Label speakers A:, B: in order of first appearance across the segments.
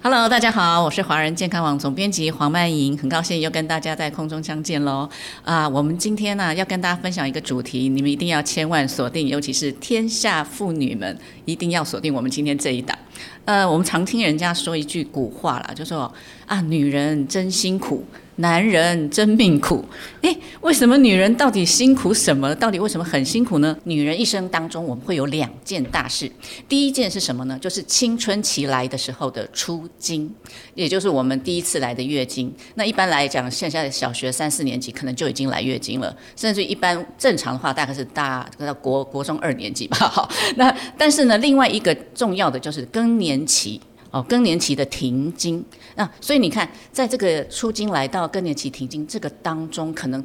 A: Hello，大家好，我是华人健康网总编辑黄曼莹，很高兴又跟大家在空中相见喽。啊，我们今天呢、要跟大家分享一个主题，你们一定要千万锁定，尤其是天下妇女们一定要锁定我们今天这一档。呃，我们常听人家说一句古话啦，就说啊，女人真辛苦，男人真命苦。诶，为什么女人到底辛苦什么？到底为什么很辛苦呢？女人一生当中，我们会有两件大事，第一件是什么呢？就是青春期来的时候的初经，也就是我们第一次来的月经。那一般来讲，现在小学三四年级可能就已经来月经了，甚至一般正常的话，大概是大到国国中二年级吧。好，那但是呢，另外一个重要的就是更年期。哦，更年期的停经，那所以你看，在这个初经来到更年期停经这个当中，可能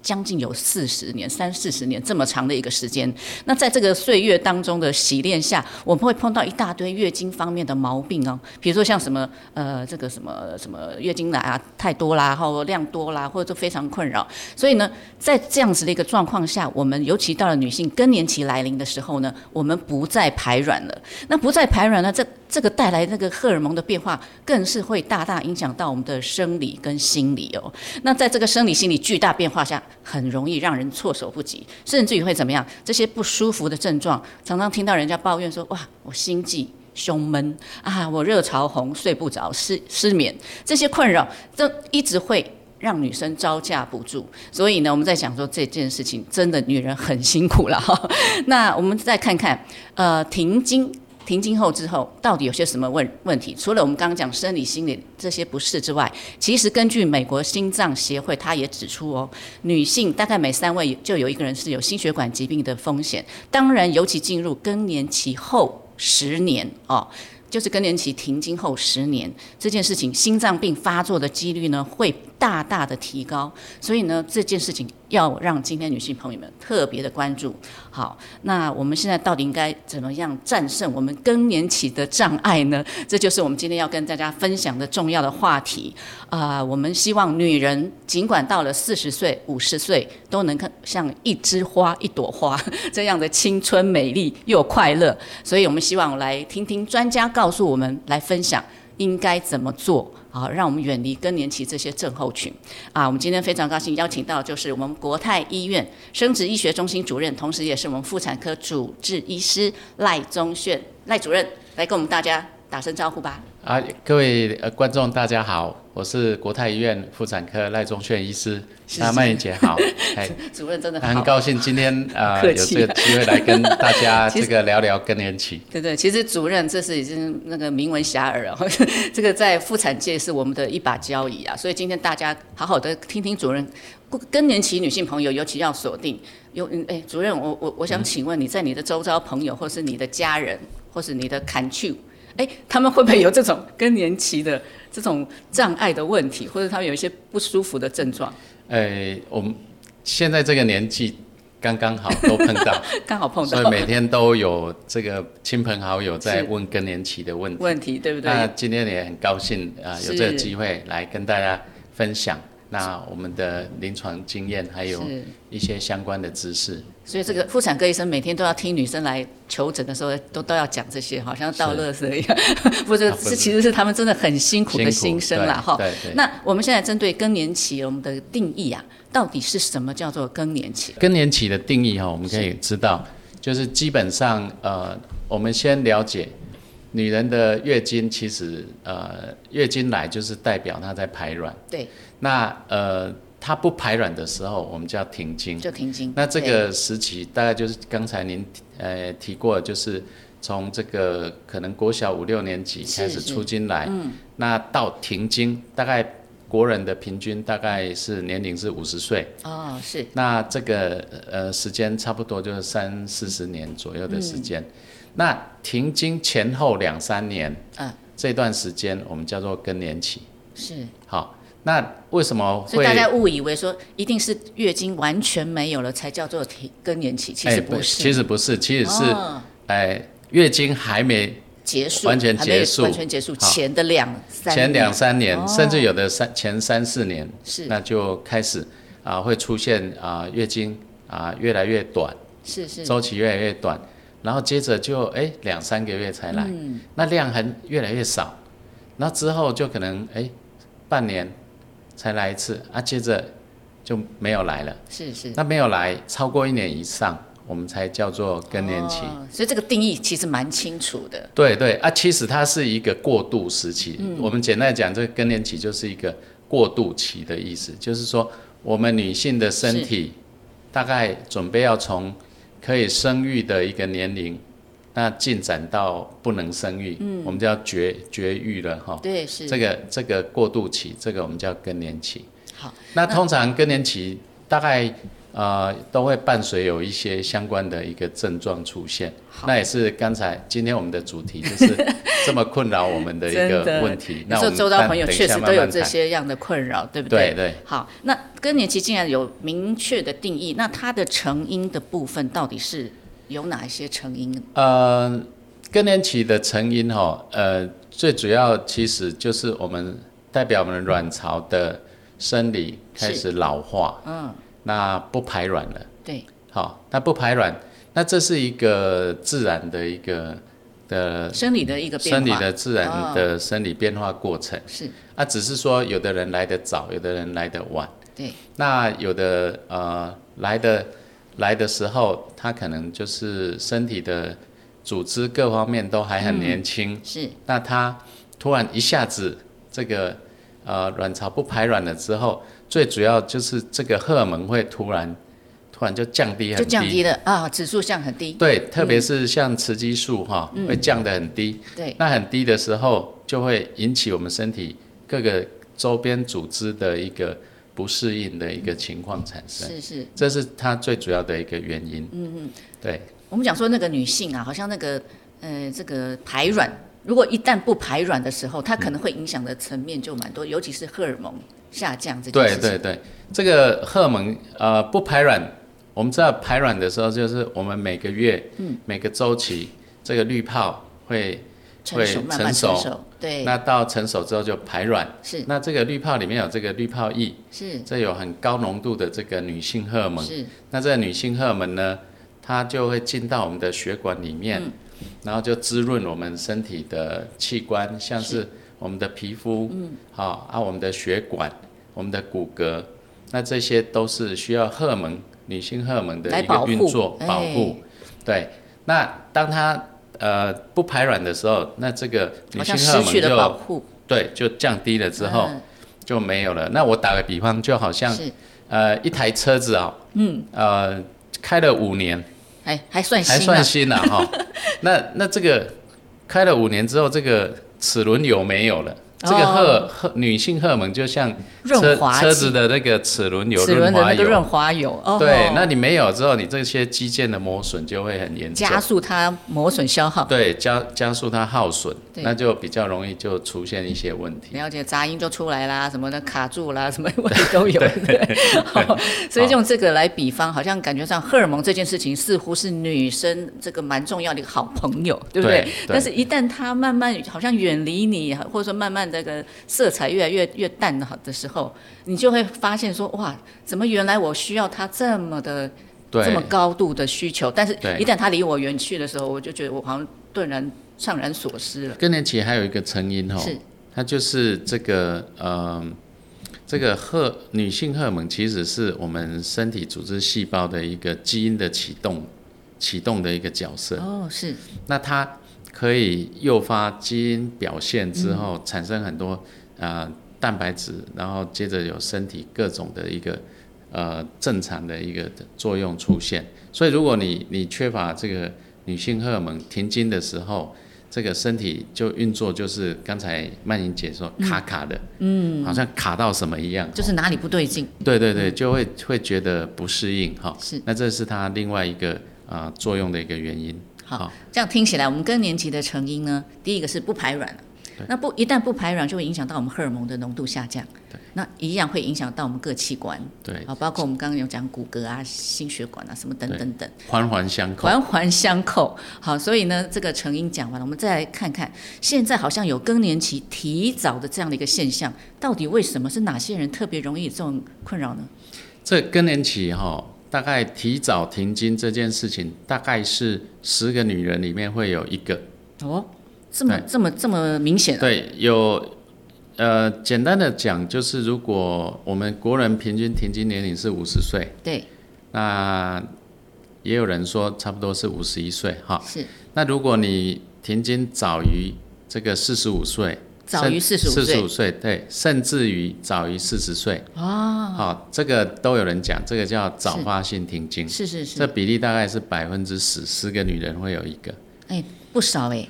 A: 将近有四十年、三四十年这么长的一个时间，那在这个岁月当中的洗练下，我们会碰到一大堆月经方面的毛病哦，比如说像什么呃这个什么什么月经来啊太多啦，或量多啦，或者就非常困扰。所以呢，在这样子的一个状况下，我们尤其到了女性更年期来临的时候呢，我们不再排卵了。那不再排卵呢，这这个带来那个荷尔蒙的变化，更是会大大影响到我们的生理跟心理哦。那在这个生理心理巨大变化下，很容易让人措手不及，甚至于会怎么样？这些不舒服的症状，常常听到人家抱怨说：“哇，我心悸。”胸闷啊，我热潮红，睡不着，失失眠，这些困扰，这一直会让女生招架不住。所以呢，我们在想说这件事情，真的女人很辛苦了哈。 那我们再看看，呃，停经。停经后之后，到底有些什么问问题？除了我们刚刚讲生理、心理这些不适之外，其实根据美国心脏协会，它也指出哦，女性大概每三位就有一个人是有心血管疾病的风险。当然，尤其进入更年期后十年哦，就是更年期停经后十年这件事情，心脏病发作的几率呢会大大的提高。所以呢，这件事情要让今天女性朋友们特别的关注。好，那我们现在到底应该怎么样战胜我们更年期的障碍呢？这就是我们今天要跟大家分享的重要的话题。啊、我们希望女人尽管到了四十岁、五十岁，都能看像一枝花、一朵花这样的青春美丽又快乐。所以我们希望来听听专家告诉我们，来分享应该怎么做。好，让我们远离更年期这些症候群啊！我们今天非常高兴邀请到，就是我们国泰医院生殖医学中心主任，同时也是我们妇产科主治医师赖宗炫赖主任来跟我们大家打声招呼吧。
B: 啊，各位呃观众大家好，我是国泰医院妇产科赖宗炫医师，
A: 是
B: 那
A: 是
B: 曼颖姐 好，哎，
A: 主任真的
B: 很
A: 好。
B: 高兴今天呃
A: 客
B: 有
A: 气啊
B: 这个机会来跟大 家
A: 其
B: 这
A: 实
B: 个聊聊更年期。
A: 对对，其实主任这是已经那个名闻遐迩哦， 这个在妇产界是我们的一把交椅啊，所以今天大家好好的听听主任，更更年期女性朋友尤其要锁定。有嗯，哎，主任，我我我想请问你在你的周遭朋友，或是你的家人，或是你的 can you，哎，他们会不会有这种更年期的这种障碍的问题，或者他们有一些不舒服的症状？
B: 呃，我们现在这个年纪刚刚好都碰到，
A: 刚好 碰
B: 所以
A: 到
B: 每天都有这个亲朋好友在
A: 是
B: 问更年期的问题。哎
A: 问题，对不对？
B: 那今天也很高兴啊、呃有
A: 是
B: 这个机会来跟大家分享那我们的临床经验，还有
A: 是
B: 一些相关的知识。
A: 所以这个妇产科医生每天都要听女生来求诊的时候，都都要讲这些，好像倒垃圾一样。 不是，
B: 啊不
A: 这
B: 是
A: 其实是他们真的很辛苦的
B: 辛
A: 心
B: 苦
A: 声啦，
B: 对
A: 哈。
B: 对对
A: 那我们现在针对更年期，我们的定义啊，到底是什么叫做更年期？
B: 更年期的定义哈、我们可以知道，就是基本上呃，我们先了解女人的月经，其实呃，月经来就是代表她在排卵。
A: 对，
B: 那呃，她不排卵的时候，我们叫停经。
A: 就停经。
B: 那这
A: 对
B: 个时期大概就是刚才您呃提过，就是从这个可能国小五六年级
A: 是嗯
B: 开始
A: 是
B: 出经来，那到停经，大概国人的平均大概是年龄是五十岁，
A: 哦，是
B: 那这个呃时间差不多就是三四十年左右的时间。那停经前后两三年，
A: 嗯
B: 这段时间我们叫做更年期。
A: 是，
B: 好，那为什么
A: 所
B: 哦会
A: 以大家误以为说一定是月经完全没有了才叫做停更年期，其
B: 哎
A: 实
B: 不
A: 不是，
B: 其实不是，其实是
A: 哦
B: 哎、月经还没
A: 结束，
B: 完全
A: 还没有
B: 结束
A: 完全结束
B: 好
A: 前的两三
B: 前两
A: 年
B: 三年，
A: 哦
B: 甚至有的三前三四年，
A: 是
B: 那就开始啊、会出现啊、月经啊、越来越短，
A: 是是
B: 周期越来越
A: 嗯
B: 短，然后接着就哎两三个月才来，那量很越来越少，那之后就可能哎半年才来一次啊，接着就没有来了。
A: 是是，
B: 那没有来超过一年以上，我们才叫做更年期。
A: 哦所以这个定义其实蛮清楚的。
B: 对对啊，其实它是一个过渡时期。我们简单地讲，这个更年期就是一个过渡期的意思，就是说我们女性的身体大概准备要从可以生育的一个年龄，那进展到不能生育，我们就要绝绝育了哈。
A: 对，是
B: 这个这个过渡期，这个我们叫更年期。
A: 好，
B: 那通常更年期大概呃都会伴随有一些相关的一个症状出现，
A: 好
B: 那也是刚才今天我们的主题就是 这么困扰我们的一
A: 真
B: 个
A: 的
B: 问题。
A: 有
B: 那
A: 时
B: 我
A: 候
B: 们
A: 周遭
B: 但
A: 朋友
B: 等一
A: 确
B: 下
A: 实
B: 慢
A: 都有
B: 慢
A: 这
B: 谈。
A: 些样的困扰，对不
B: 对对，
A: 好，那更年期竟然有明确的定义，那它的成因的部分到底是有哪一些成因呢？
B: 呃，更年期的成因哈、呃，最主要其实就是我们代表我们卵巢的生理开始老化，嗯，那不排卵了。
A: 对，
B: 好，那不排卵，那这是一个自然的一个的
A: 生理的一个变化，哦嗯
B: 呃生理的自然的生理变化过程。
A: 是
B: 啊，只是说有的人来得早，有的人来得晚。
A: 对，
B: 那有的呃来的来的时候，他可能就是身体的组织各方面都还
A: 嗯
B: 很年轻，
A: 是
B: 那他突然一下子这个呃卵巢不排卵了之后，最主要就是这个荷尔蒙会突然突然就降低
A: 就
B: 很
A: 降低了啊，指数项很低，
B: 对，特别是像雌激素哈、会降得很低。
A: 嗯对，
B: 那很低的时候，就会引起我们身体各个周边组织的一个不适应的一个情况产生，
A: 是是。
B: 这是它最主要的一个原因。嗯嗯，对
A: 我们讲说那个女性啊，好像那个呃，这个排卵，如果一旦不排卵的时候，它可能会影响的层面就蛮多，尤其是荷尔蒙下降这件事
B: 对
A: 情。
B: 对对，这个荷尔蒙呃不排卵，我们知道排卵的时候就是我们每个月、
A: 嗯
B: 每个周期这个滤泡会，
A: 成熟
B: 会
A: 慢慢
B: 成熟
A: 成熟，对，
B: 那到成熟之后就排卵。
A: 是
B: 那这个滤泡里面有这个滤泡液，
A: 是
B: 这有很高浓度的这个女性荷尔蒙。
A: 是
B: 那这个女性荷尔蒙呢，它就会进到我们的血管里面，
A: 嗯
B: 然后就滋润我们身体的器官，像是我们的皮肤，嗯，好、啊，我们的血管、我们的骨骼，那这些都是需要荷尔蒙、女性荷尔蒙的
A: 来
B: 一
A: 保
B: 个
A: 护
B: 运作
A: 哎
B: 保护。对，那当它呃不排卵的时候，那这个女
A: 好
B: 性
A: 像
B: 荷尔
A: 失
B: 蒙
A: 去了保
B: 就
A: 护
B: 对就降低了之后、
A: 嗯
B: 就没有了。那我打个比方，就好像
A: 是
B: 呃，一台车子啊、嗯，呃，开了五年，
A: 还还算新
B: 还
A: 啊，
B: 算新了、 哈。那那这个开了五年之后，这个齿轮有没有了？这个荷荷、女性荷尔蒙就像车
A: 哦润滑剂
B: 车子的那个齿轮有
A: 齿轮的
B: 滑
A: 那个
B: 油，
A: 润滑油，哦，
B: 对，那你没有之后，你这些肌腱的磨损就会很严重，
A: 加速它磨损消耗，
B: 对加加速它耗损，
A: 对
B: 那就比较容易就出现一些问题。
A: 了解杂音就出来啦，什么的卡住啦，什么 问题都有。 对，好 所以用这个来比方，好像感觉上荷尔蒙这件事情似乎是女生这个蛮重要的一个好朋友，对不对？
B: 对对
A: 但是，一旦她慢慢好像远离你，或者说慢慢这个色彩越来越越淡的的时候，你就会发现说，哇，怎么原来我需要她这么的
B: 对
A: 这么高度的需求，但是
B: 对
A: 一旦她离我远去的时候，我就觉得我好像顿然怅然所失了。
B: 更年期还有一个成因哦，
A: 是
B: 它就是这个呃，这个荷女性荷尔蒙其实是我们身体组织细胞的一个基因的启动启动的一个角色。
A: 哦，是
B: 那它可以诱发基因表现之后，
A: 嗯
B: 产生很多呃蛋白质，然后接着有身体各种的一个呃正常的一个作用出现。所以如果你你缺乏这个女性荷尔蒙停经的时候，这个身体就运作就是刚才曼莹姐说卡卡的，嗯，好像卡到什么一样，
A: 就是哪里不对劲。
B: 对对对，就会会觉得不适应哈。
A: 嗯是，
B: 那这是它另外一个啊、呃作用的一个原因。
A: 好，这样听起来，我们更年期的成因呢，第一个是不排卵了那不一旦不排卵，就会影响到我们荷尔蒙的浓度下降，那一样会影响到我们各器官，
B: 对，
A: 好，包括我们刚刚有讲骨骼啊、心血管啊什么等等等，
B: 环环相扣。
A: 环环相扣。好，所以呢，这个成因讲完了，我们再来看看，现在好像有更年期提早的这样的一个现象，到底为什么是哪些人特别容易有这种困扰呢？
B: 这更年期哈、大概提早停经这件事情，大概是十个女人里面会有一个。
A: 哦，这么
B: 对
A: 这么这么明显、啊。
B: 对，有呃，简单的讲就是，如果我们国人平均停经年龄是五十岁，
A: 对，
B: 那也有人说差不多是五十一岁哈。
A: 是
B: 那如果你停经早于这个四十五岁，
A: 早于45岁
B: 四十五岁对，甚至于早于四十岁，
A: 哦，
B: 好、这个都有人讲，这个叫早发性停经，
A: 是是是
B: 这，比例大概是百分之十，十个女人会有一个。
A: 哎，不少哎、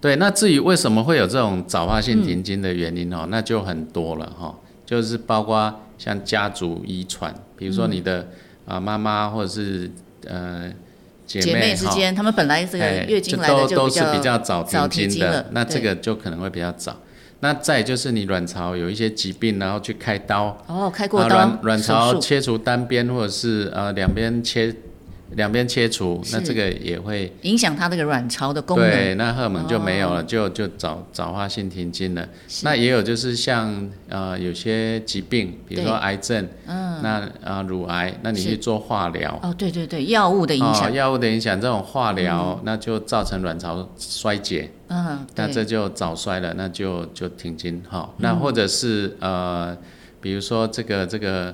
B: 对，那至于为什么会有这种早发性停经的原因哦，
A: 嗯
B: 那就很多了哈、就是包括像家族遗传，比如说你
A: 嗯
B: 的啊妈妈或者是呃姐
A: 姐妹
B: 妹
A: 之
B: 哈
A: 间，她们本来这个
B: 哎
A: 月经
B: 这
A: 来的
B: 都
A: 就
B: 都
A: 比
B: 是
A: 较
B: 比较早
A: 早停
B: 停
A: 经
B: 经的
A: 了，
B: 那这
A: 对
B: 个就可能会比较早。那再就是你卵巢有一些疾病，然后去开刀，
A: 哦，开
B: 啊
A: 过刀、
B: 卵卵巢
A: 手术
B: 切除单边或者是呃两边切两边切除，那
A: 是
B: 这个也会
A: 影响她这个卵巢的功能，哦
B: 对，那荷尔蒙就没有了，就就早早发性停经了。
A: 是
B: 那也有就是像呃有些疾病，比如说
A: 对
B: 癌症，嗯，那呃乳癌，那你
A: 是
B: 去做化疗，
A: 哦，对对对，药物的影响
B: 哦，，药物的影响，这种化疗、那就造成卵巢衰竭，
A: 嗯，
B: 哦那
A: 对嗯
B: 这就早衰了，那就就停经哈、那或者是呃，比如说这个这个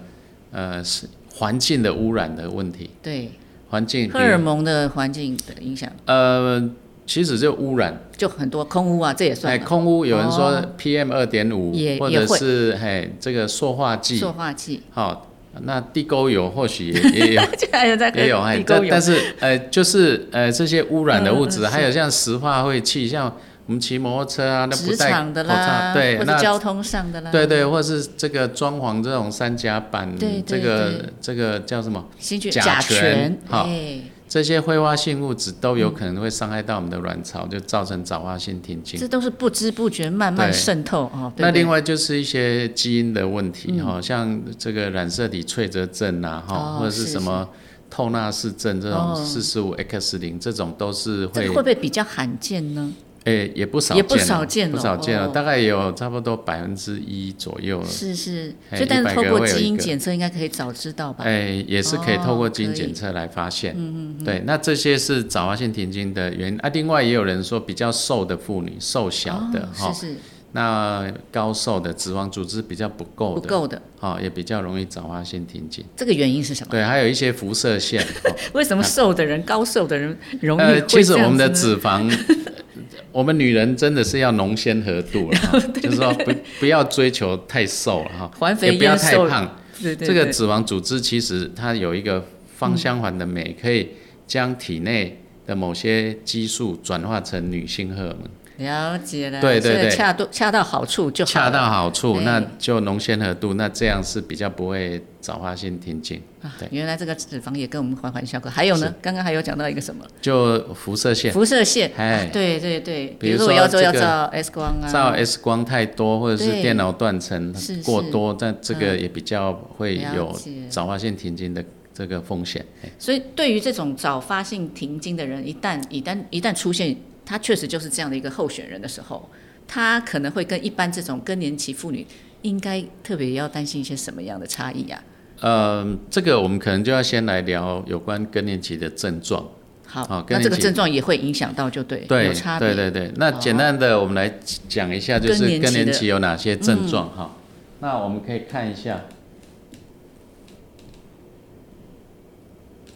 B: 呃是环境的污染的问题，
A: 对
B: 环境比
A: 荷
B: 如
A: 尔蒙的环境的影响
B: 呃，其实就污染。
A: 就很多，空污啊，这也
B: 哎，
A: 算嘛
B: 空污有人说
A: 哦
B: PM 二点五
A: 也，
B: 或
A: 也
B: 者
A: 会
B: 是嘿这个塑化剂，
A: 塑化剂，
B: 好、那地沟油或许也也有
A: 这还有在
B: 也有哎，
A: 地
B: 但
A: 沟油
B: 但是呃就是呃这些污染的物质，
A: 嗯嗯
B: 还有像石化晦气，像我们骑摩托车啊，那不
A: 职
B: 戴
A: 场的
B: 口罩，
A: 啦，
B: 对，
A: 或者
B: 那
A: 交通上的啦，
B: 对，对，或是这个装潢这种三甲板，
A: 对对
B: 这个这个叫什么？
A: 新菌
B: 甲
A: 甲
B: 醛好
A: 哎，
B: 这些挥发性物质都有可能会伤害到我们的卵巢，就造成早发性停经。
A: 这都是不知不觉慢慢
B: 对
A: 渗透哦。对
B: 那
A: 不对嗯
B: 另外就是一些基因的问题哈、像这个染色体脆折症啊，哈、
A: 哦
B: 或者是
A: 是
B: 什么透纳氏症这种
A: 哦
B: 四十五 X 零这种都是
A: 这
B: 会，
A: 个会不会比较罕见呢？
B: 诶、也不少
A: 也
B: 见了，
A: 不少见
B: 不
A: 了
B: 少见了，
A: 哦
B: 大概有差不多百分之一左右了。
A: 是是，
B: 哎
A: 所以但
B: 100
A: 是
B: 个
A: 透过
B: 会有
A: 基
B: 一
A: 因
B: 个
A: 检测应该可以早知道吧？
B: 哎，也是可以
A: 啊哦
B: 透过基因
A: 可以
B: 检测来发现，嗯嗯对，那这些是早发性停经的原因啊。另外也有人说，比较瘦的妇女、瘦小的哈、
A: 哦、是是
B: 那高瘦的脂肪组织比较不够
A: 不
B: 的，
A: 够的，
B: 好、也比较容易早发性停经。
A: 这个原因是什么？
B: 对，还有一些辐射线。哦
A: 为什么瘦的人、高瘦的人 容易
B: 呃，
A: 会
B: 其实
A: 这样
B: 我们的
A: 子呢
B: 脂肪，呃我们女人真的是要浓鲜合 度了，哈就是说不不要追求太瘦了哈，
A: 环肥
B: 也不要
A: 燕
B: 太
A: 瘦
B: 胖。
A: 对对
B: 这个
A: 对
B: 脂肪组织其实它有一个芳香环的美，可以将体内的某些激素转化成女性荷尔蒙。
A: 了解了，
B: 对
A: 所
B: 对
A: 以
B: 对
A: 恰到恰到好处就好
B: 恰
A: 了
B: 到好处，
A: 哎
B: 那就浓鲜合度，那这样是比较不会早发性停经。
A: 啊
B: 对，
A: 原来这个脂肪也跟我们环环相扣。还有呢，刚刚还有讲到一个什么
B: 就辐射线，
A: 辐射线，
B: 哎
A: 啊对对对，
B: 比
A: 比如
B: 如
A: 说我
B: 说
A: 要做
B: 这
A: 要
B: 个
A: 照 X 光啊，
B: 照 X 光太多，或者是
A: 对
B: 电脑断层
A: 是
B: 过
A: 是
B: 多，但这个也比较会有
A: 了解
B: 早发性停经的这个风险。
A: 所以对于这种早发性停经的人，一旦一旦一旦出现，他确实就是这样的一个候选人的时候，他可能会跟一般这种更年期妇女应该特别要担心一些什么样的差异啊？
B: 呃，这个我们可能就要先来聊有关更年期的症状。
A: 好，
B: 好哦更
A: 那
B: 年期
A: 这个症状也会影响到，就对，
B: 对
A: 有差，别。哦
B: 对对对。那简单的，我们来讲一下，就是
A: 更年期
B: 更年
A: 的嗯
B: 期有哪些症状哈、那我们可以看一下。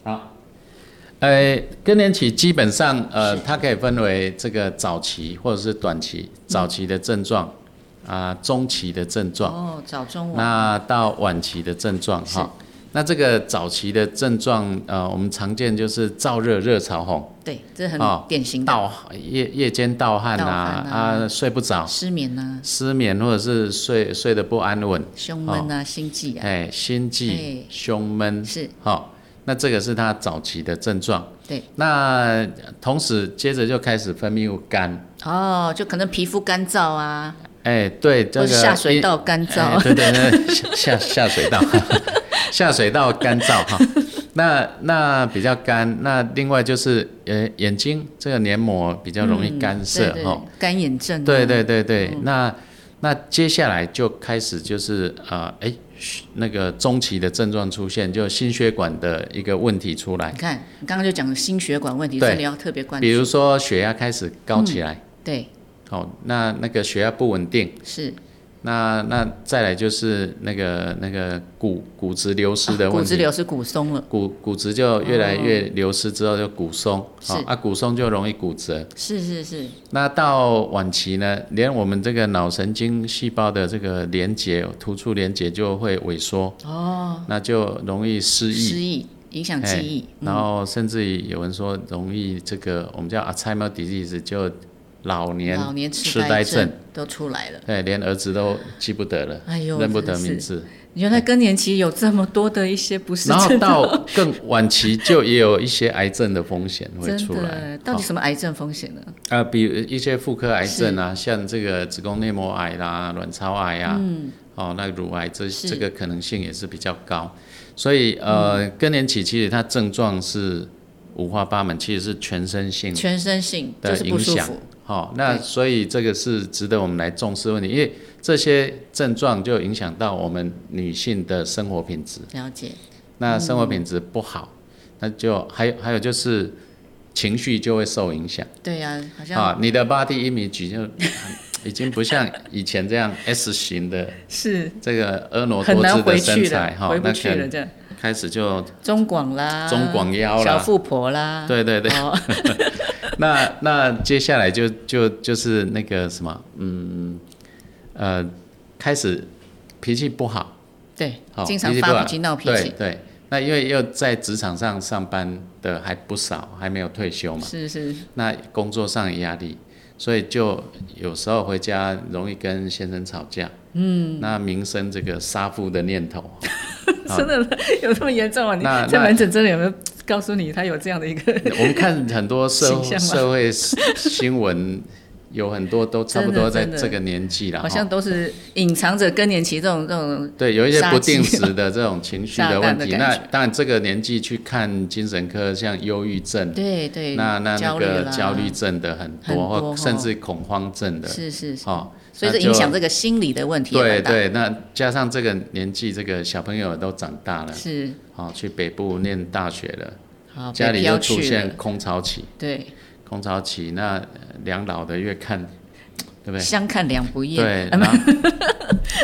B: 好，呃，更年期基本上呃，
A: 是
B: 它可以分为这个早期或者是短期，早期的症状啊、中期的症状。
A: 嗯哦，早中晚
B: 那到晚期的症状
A: 是
B: 哈，那这个早期的症状，呃，我们常见就是燥热、热潮红、
A: 对，这很
B: 哦
A: 典型的、
B: 盗夜夜间盗汗
A: 盗
B: 啊
A: 汗啊
B: 睡不着、
A: 失眠啊、
B: 失眠或者是睡睡得不安稳，
A: 胸闷啊、心悸啊，
B: 哎，心悸、
A: 哎
B: 胸闷，
A: 是
B: 好、那这个是他早期的症状。
A: 对，
B: 那同时接着就开始分泌物肝，
A: 哦，就可能皮肤干燥啊，
B: 哎，对，这
A: 或
B: 个
A: 是下水
B: 因
A: 道干燥，
B: 哎对对对，下下下水道， 下水道干燥哈。那那比较干，那另外就是呃眼睛这个黏膜比较容易干涩
A: 嗯对对
B: 哈。
A: 干眼症、啊，
B: 对对对对，那那接下来就开始就是呃哎那个中期的症状出现，就心血管的一个问题出来
A: 你，看，你刚刚就讲心血管问题，
B: 哎对
A: 这里要特别关注。嗯
B: 比如说血压开始高起来，
A: 对，
B: 好、那那个血压不稳定，
A: 是
B: 那那再来就是那个那个骨骨质流失的
A: 啊骨
B: 问
A: 质
B: 题，
A: 瘤是骨松了，
B: 骨骨质就越来越流失之后就骨松，
A: 是
B: 好啊骨松就容易骨折。
A: 是是是，
B: 那到晚期呢，连我们这个脑神经细胞的这个连接突触连接就会萎缩，
A: 哦，
B: 那就容易失忆。
A: 失忆影响记
B: 哎
A: 忆，嗯
B: 然后甚至于有人说容易这个我们叫 Alzheimer disease，就老哎年
A: 老年
B: 痴
A: 痴
B: 呆
A: 症，都出来了。
B: 对，连儿子都记不得了，
A: 哎呦，
B: 认不得
A: 真是
B: 名字。
A: 原来更年期有这么多的一些不适
B: 然后
A: 症状，
B: 到更晚期就也有一些癌症的风险会
A: 真
B: 出来
A: 的，，到底
B: 好
A: 什么癌症风险呢？
B: 啊、比如一些妇科癌症啊，像这个子宫内膜癌啦、卵巢癌啊，哦，那乳癌这
A: 是
B: 这个可能性也是比较高。所以呃，更年期其实它症状是五花八门，其实是全身性的。
A: 全身性就
B: 的
A: 是不
B: 影
A: 舒
B: 响
A: 服，。
B: 好、那所以这个是值得我们来重视的问题，因为这些症状就影响到我们女性的生活品质。
A: 了解，
B: 那生活品质不好，那就还有还有就是情绪就会受影响
A: 对呀、好像
B: 啊。你的 body image 就 已经不像以前这样 S 型的
A: 是
B: 这个婀娜
A: 很
B: 多
A: 难
B: 姿的
A: 回
B: 身
A: 去
B: 材
A: 了，
B: 哈、
A: 回不
B: 那
A: 去
B: 可
A: 了
B: 能
A: 这样。
B: 开始就
A: 中广啦，
B: 中广腰啦
A: 小富婆啦，
B: 对对对。
A: 哦，
B: 那那接下来就就就是那个什么，嗯，呃，开始脾气不好，
A: 对
B: 好，
A: 经常
B: 脾气不
A: 发
B: 好
A: 脾气闹哦脾
B: 对
A: 气，
B: 对，那因为又在职场上上班的还不少，还没有退休嘛，
A: 是是，
B: 那工作上的压力，所以就有时候回家容易跟先生吵架，嗯，那萌生这个杀父的念头，好
A: 真的有这么严重啊？
B: 那
A: 你在
B: 那
A: 门诊真的有没有告诉你他有这样的一个？
B: 我们看很多社
A: 形象吗
B: 社会新闻，有很多都差不多在
A: 真的真的
B: 这个年纪 了，
A: 好
B: 哈
A: 像都是隐藏着更年期这种这种
B: 对，有一些
A: 杀
B: 不
A: 鸡
B: 定时的这种情绪的问
A: 炸弹
B: 题。
A: 的感
B: 那
A: 觉
B: 当然，这个年纪去看精神科，像忧郁症，
A: 对对，
B: 那那那
A: 焦虑
B: 个
A: 啦
B: 焦虑症的很
A: 很
B: 多，
A: 多
B: 或甚
A: 吼
B: 至恐慌症的，
A: 是是是，
B: 哦，
A: 所以这
B: 那
A: 影
B: 就
A: 响这个心理的问题也
B: 对
A: 蛮大，
B: 对，那加上这个年纪，这个小朋友都长大 了，
A: 是
B: 哦，去北部念大学了，
A: 好
B: 家
A: 被
B: 里
A: 飘
B: 又出
A: 去
B: 现
A: 了，
B: 空巢期，
A: 对，
B: 空巢期，那呃两老的越看，对不 对？
A: 相看两不厌，
B: 对，
A: 啊
B: 然后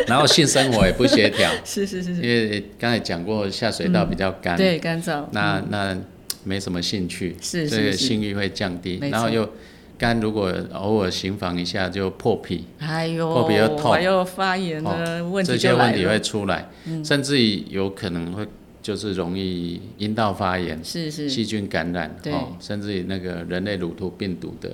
B: 然后性生活也不协调，
A: 是是 是
B: 因
A: 是，
B: 为刚才讲过下水道比较干，
A: 对干燥，
B: 那那没什么兴趣，
A: 是
B: 这
A: 是
B: 个
A: 是
B: 性欲会降低，
A: 没错
B: 然后又肝如果偶尔行房一下就破皮，
A: 哎
B: 后
A: 呦，
B: 鼻又痛哦
A: 还有发炎的问
B: 这
A: 题
B: 些
A: 就
B: 问
A: 来
B: 题
A: 了，嗯
B: 会出来，甚至于有可能会就是容易阴道发炎、
A: 是是
B: 细菌感染，
A: 嗯对
B: 哦，甚至于那个人类乳头病毒的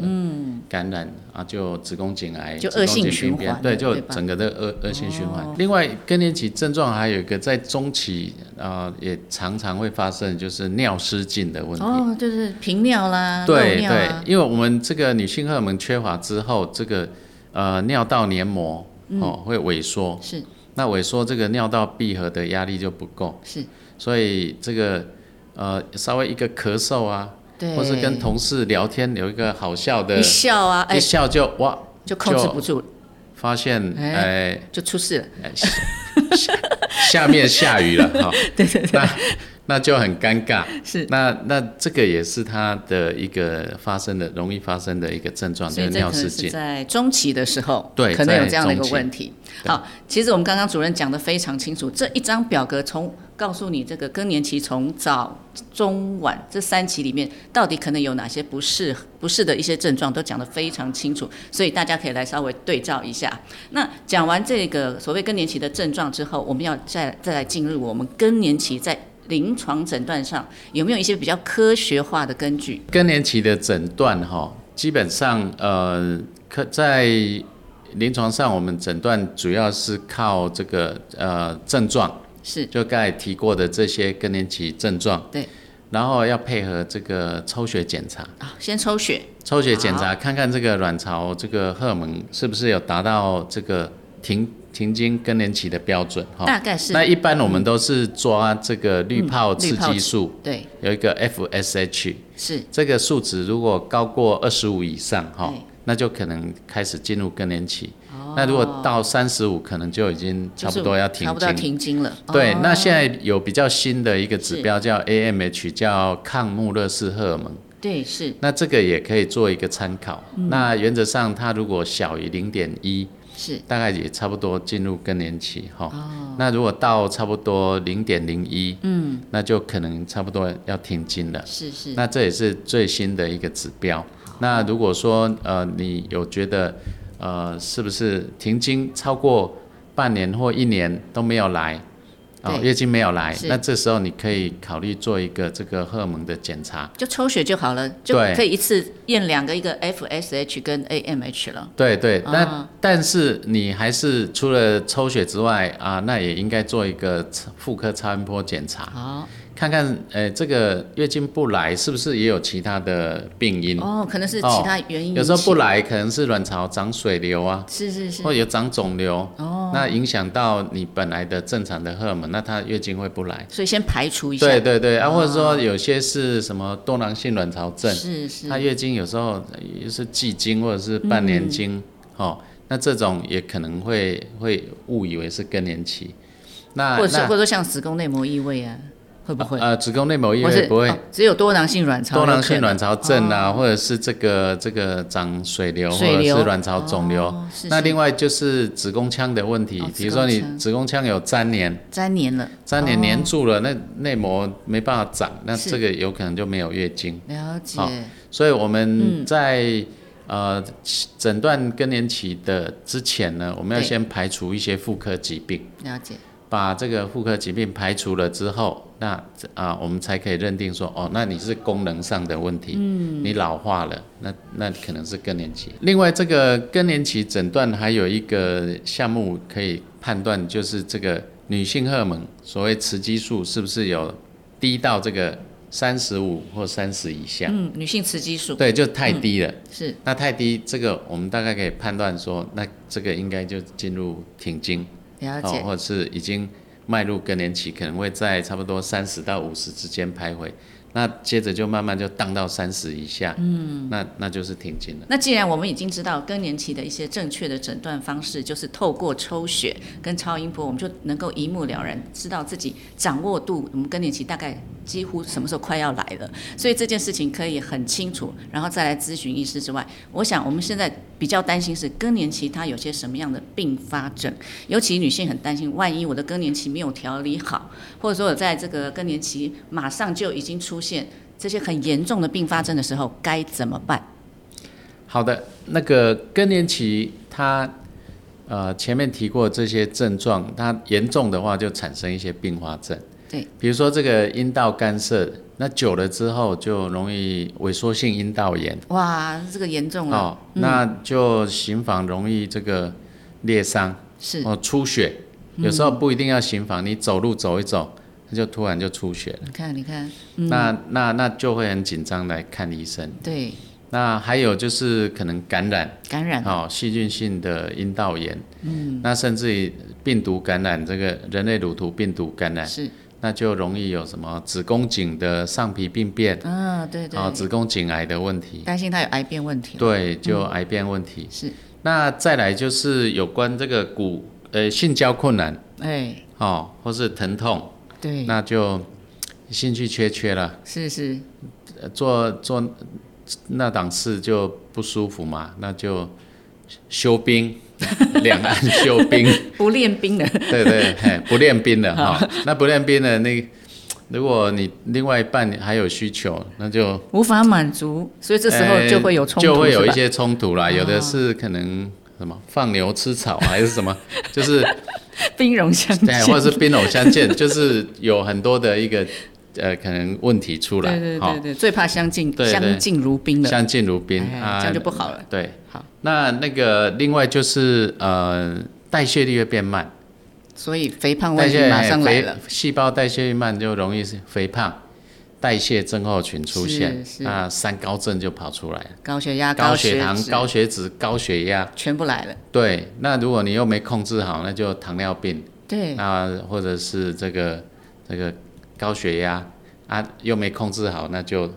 B: 感染、啊，就子宫颈癌、
A: 嗯就
B: 子宫
A: 恶性
B: 颈
A: 循
B: 病变
A: 环
B: 对，
A: 了
B: 就
A: 对吧哦
B: 整个的恶恶性循环。另外，更年期症状还有一个在中期啊、呃也常常会发生，就是尿失禁的问题。
A: 哦，就是频尿啦，漏
B: 对
A: 尿
B: 对
A: 啊，，
B: 因为我们这个女性荷尔蒙缺乏之后，这个呃尿道黏膜
A: 嗯
B: 哦会萎缩，
A: 是
B: 那萎缩这个尿道闭合的压力就不够，
A: 是，
B: 所以这个呃稍微一个咳嗽啊，
A: 对，
B: 或是跟同事聊天有一个好笑的
A: 一，笑啊，哎
B: 一，笑就哇
A: 就控制不住了，
B: 发现哎
A: 哎就出事了，
B: 哎下下下面下雨 了哈，
A: 对对对，
B: 那那就很尴尬。
A: 是，
B: 那那这个也是它的一个发生的容易发生的一个症状，就
A: 所以
B: 是
A: 这
B: 尿
A: 可能
B: 失
A: 是
B: 禁。
A: 在中期的时候，
B: 对
A: 可能有
B: 在
A: 这样的一个
B: 中期
A: 问题。
B: 对
A: 好，其实我们刚刚主任讲的非常清楚，这一张表格从告诉你这个更年期从早、中、晚这三期里面，到底可能有哪些不适、不适的一些症状，都讲得非常清楚，所以大家可以来稍微对照一下。那讲完这个所谓更年期的症状之后，我们要再再来进入我们更年期在临床诊断上有没有一些比较科学化的根据？
B: 更年期的诊断哈、基本上呃，可在临床上我们诊断主要是靠这个呃症状，
A: 是
B: 就刚才提过的这些更年期症状。
A: 对。
B: 然后要配合这个抽血检查，
A: 啊，先抽血
B: 抽血检查看看这个卵巢这个荷尔蒙是不是有达到这个停停经更年期的标准哈。
A: 大概是
B: 那一般我们都是抓这个嗯滤泡刺激素，
A: 对，
B: 有一个 FSH，
A: 是
B: 这个数值如果高过二十五以上，哈、
A: 对哦
B: 那就可能开始进入更年期。那如果到三十五，可能就已经差不多要停
A: 差不多要
B: 经。
A: 停经了。
B: 对，
A: 哦
B: 那现在有比较新的一个指
A: 是
B: 标叫 AMH，叫抗穆勒氏荷尔蒙。
A: 对，是
B: 那这个也可以做一个参考。
A: 嗯
B: 那原则上，它如果小于零点一，
A: 是
B: 大概也差不多进入更年期哈。
A: 哦，
B: 那如果到差不多零点零一，
A: 嗯，
B: 那就可能差不多要停经了。
A: 是是，
B: 呃那这也是最新的一个指标。那如果说呃，你有觉得呃，是不是停经超过半年或一年都没有来，啊、
A: 对
B: 月经没有来，
A: 是
B: 那这时候你可以考虑做一个这个荷尔蒙的检查。
A: 就抽血就好了，就
B: 对
A: 可以一次验两个，一个 FSH 跟 AMH 了。
B: 对对，
A: 啊
B: 那、但是你还是除了抽血之外啊，那也应该做一个妇科超音波检查，
A: 好
B: 看看呃这个月经不来是不是也有其他的病因。
A: 哦，可能是
B: 哦
A: 其他原因、
B: 有时候不，来可能是卵巢长水瘤啊，
A: 是是是
B: 或，者有长肿瘤，
A: 哦，
B: 那影响到你本来的正常的荷尔蒙，那它月经会不来。
A: 所以先排除一下，哦
B: 对对对，啊，或者说有些是什么多囊性卵巢症，
A: 是是
B: 它，月经有时候也是季经或者是半年
A: 嗯
B: 经，哦，那这种也可能会会误以为是更年期。那
A: 或者是或
B: 那
A: 者说像子宫内膜异位啊，会不会？
B: 呃子宫内膜异
A: 或
B: 位
A: 是
B: 不会
A: 哦只有多囊性卵巢有可
B: 多
A: 能，哦
B: 囊性卵巢症啊，或者是这个这个长水瘤或
A: 水
B: 者
A: 瘤
B: 是卵巢肿瘤。
A: 哦是
B: 那
A: 是
B: 另外就是子宫腔的问题，
A: 哦
B: 比如说
A: 子宫
B: 你
A: 腔
B: 子宫腔有粘连，
A: 粘连了，
B: 粘连
A: 哦
B: 黏住了，那内膜没办法长，那
A: 是
B: 这个有可能就没有月经。
A: 了解，
B: 好所以我们
A: 嗯
B: 在、呃诊断更年期的之前呢，我们要
A: 对
B: 先排除一些妇科疾病，
A: 了解，
B: 把这个妇科疾病排除了之后，那啊、我们才可以认定说，哦，那你是功能上的问题，嗯，你老化了，那那可能是更年期。另外，这个更年期诊断还有一个项目可以判断，就是这个女性荷尔蒙，所谓雌激素是不是有低到这个三十五或三十以下？
A: 嗯，女性雌激素
B: 对，就太低了。
A: 是
B: 那太低，这个我们大概可以判断说，那这个应该就进入停经，
A: 了
B: 哦，
A: 解，
B: 或者是已经迈入更年期，可能会在差不多三十到五十之间徘徊。那接着就慢慢就荡到三十以下，嗯，那那就是停经了。
A: 那既然我们已经知道更年期的一些正确的诊断方式，就是透过抽血跟超音波，我们就能够一目了然知道自己掌握度，我们更年期大概几乎什么时候快要来了。所以这件事情可以很清楚，然后再来咨询医师之外，我想我们现在比较担心是更年期它有些什么样的并发症，尤其女性很担心，万一我的更年期没有调理好，或者说我在这个更年期马上就已经出现这些很严重的并发症的时候，该怎么办？
B: 好的，那个更年期它。呃，前面提过这些症状，它严重的话就产生一些并发症。
A: 对，
B: 比如说这个阴道干涉，那久了之后就容易萎缩性阴道炎。
A: 哇，这个严重了，
B: 哦，那就行房容易这个裂伤
A: 是
B: 哦，出血。有时候不一定要行房，你走路走一走，它就突然就出血了。
A: 你看，你看，
B: 那那那就会很紧张来看医生。
A: 对，
B: 那还有就是可能感染
A: 感染了，
B: 哦，细菌性的阴道炎，嗯，那甚至于病毒感染，这个人类乳头病毒感染，
A: 是，
B: 那就容易有什么子宫颈的上皮病变
A: 啊，对对，
B: 啊、子宫颈癌的问题，
A: 担心他有癌变问题了，
B: 对，就癌变问题。
A: 嗯是，
B: 那再来就是有关这个骨呃性交困难
A: 哎，
B: 哦，或是疼痛，
A: 对，
B: 那就兴趣缺缺了，
A: 是是，
B: 呃做做那档事就不舒服嘛，那就休兵， 两岸休兵，
A: 不练兵的，
B: 对对，嘿，不练兵了哈、
A: 啊
B: 那不练兵了，那如果你另外一半还有需求，那就
A: 无法满足，所以这时候就会有冲突，
B: 呃就会有
A: 是
B: 一
A: 吧
B: 些冲突啦。
A: 哦
B: 有的是可能什么放牛吃草啊还是 什么，就是
A: 兵戎相见，
B: 对，或者是兵戎相见，就是有很多的一个呃可能问题出来，
A: 对对
B: 好
A: 对对，最怕相敬
B: 哦对对
A: 相敬如宾了，
B: 相敬如宾
A: 哎
B: 啊，
A: 这样就不好了。
B: 对，
A: 好，
B: 那那个另外就是呃代谢率会变慢，
A: 所以肥胖
B: 代
A: 问
B: 谢哎
A: 题马上来
B: 肥
A: 了，
B: 细胞代谢慢就容易是肥胖。代谢症候群出现
A: 是，是
B: 那三高症就跑出来了，
A: 高血压、
B: 高
A: 血
B: 血糖、
A: 脂
B: 高血脂、高血压。
A: 全部来了，
B: 对，那如果你又没控制好，那就糖尿病，
A: 对，
B: 那或者是啊这个这个高血压啊，又没控制好，那就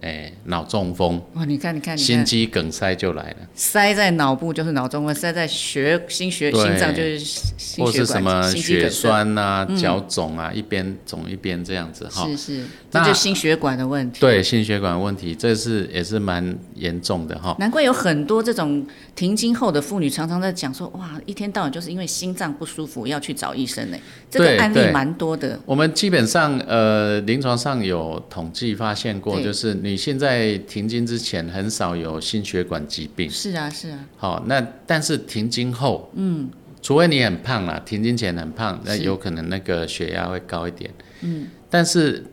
B: 诶脑中风、
A: 哇，你看，你看，你
B: 心
A: 看，
B: 肌梗塞就来了，
A: 塞在脑部就是脑中风，塞在血心血
B: 对
A: 心脏就是心
B: 或
A: 血
B: 是
A: 管
B: 什么
A: 心肌
B: 血
A: 梗塞嗯
B: 栓啊、脚肿啊，一边肿一边这样子哈。
A: 是是，这
B: 那
A: 就是心血管的问题。
B: 对，心血管问题，这是也是蛮严重的哈。
A: 难怪有很多这种停经后的妇女常常在讲说，哇，一天到晚就是因为心脏不舒服要去找医生呢、这
B: 对
A: 个案例
B: 对
A: 蛮多的。
B: 我们基本上呃，临床上有统计发现过，
A: 对
B: 就是女性在停经之前很少有心血管疾病。
A: 是啊，是啊，
B: 好，那但是停经后，嗯，除非你很胖啦，停经前很胖，那
A: 是
B: 有可能那个血压会高一点。嗯，但是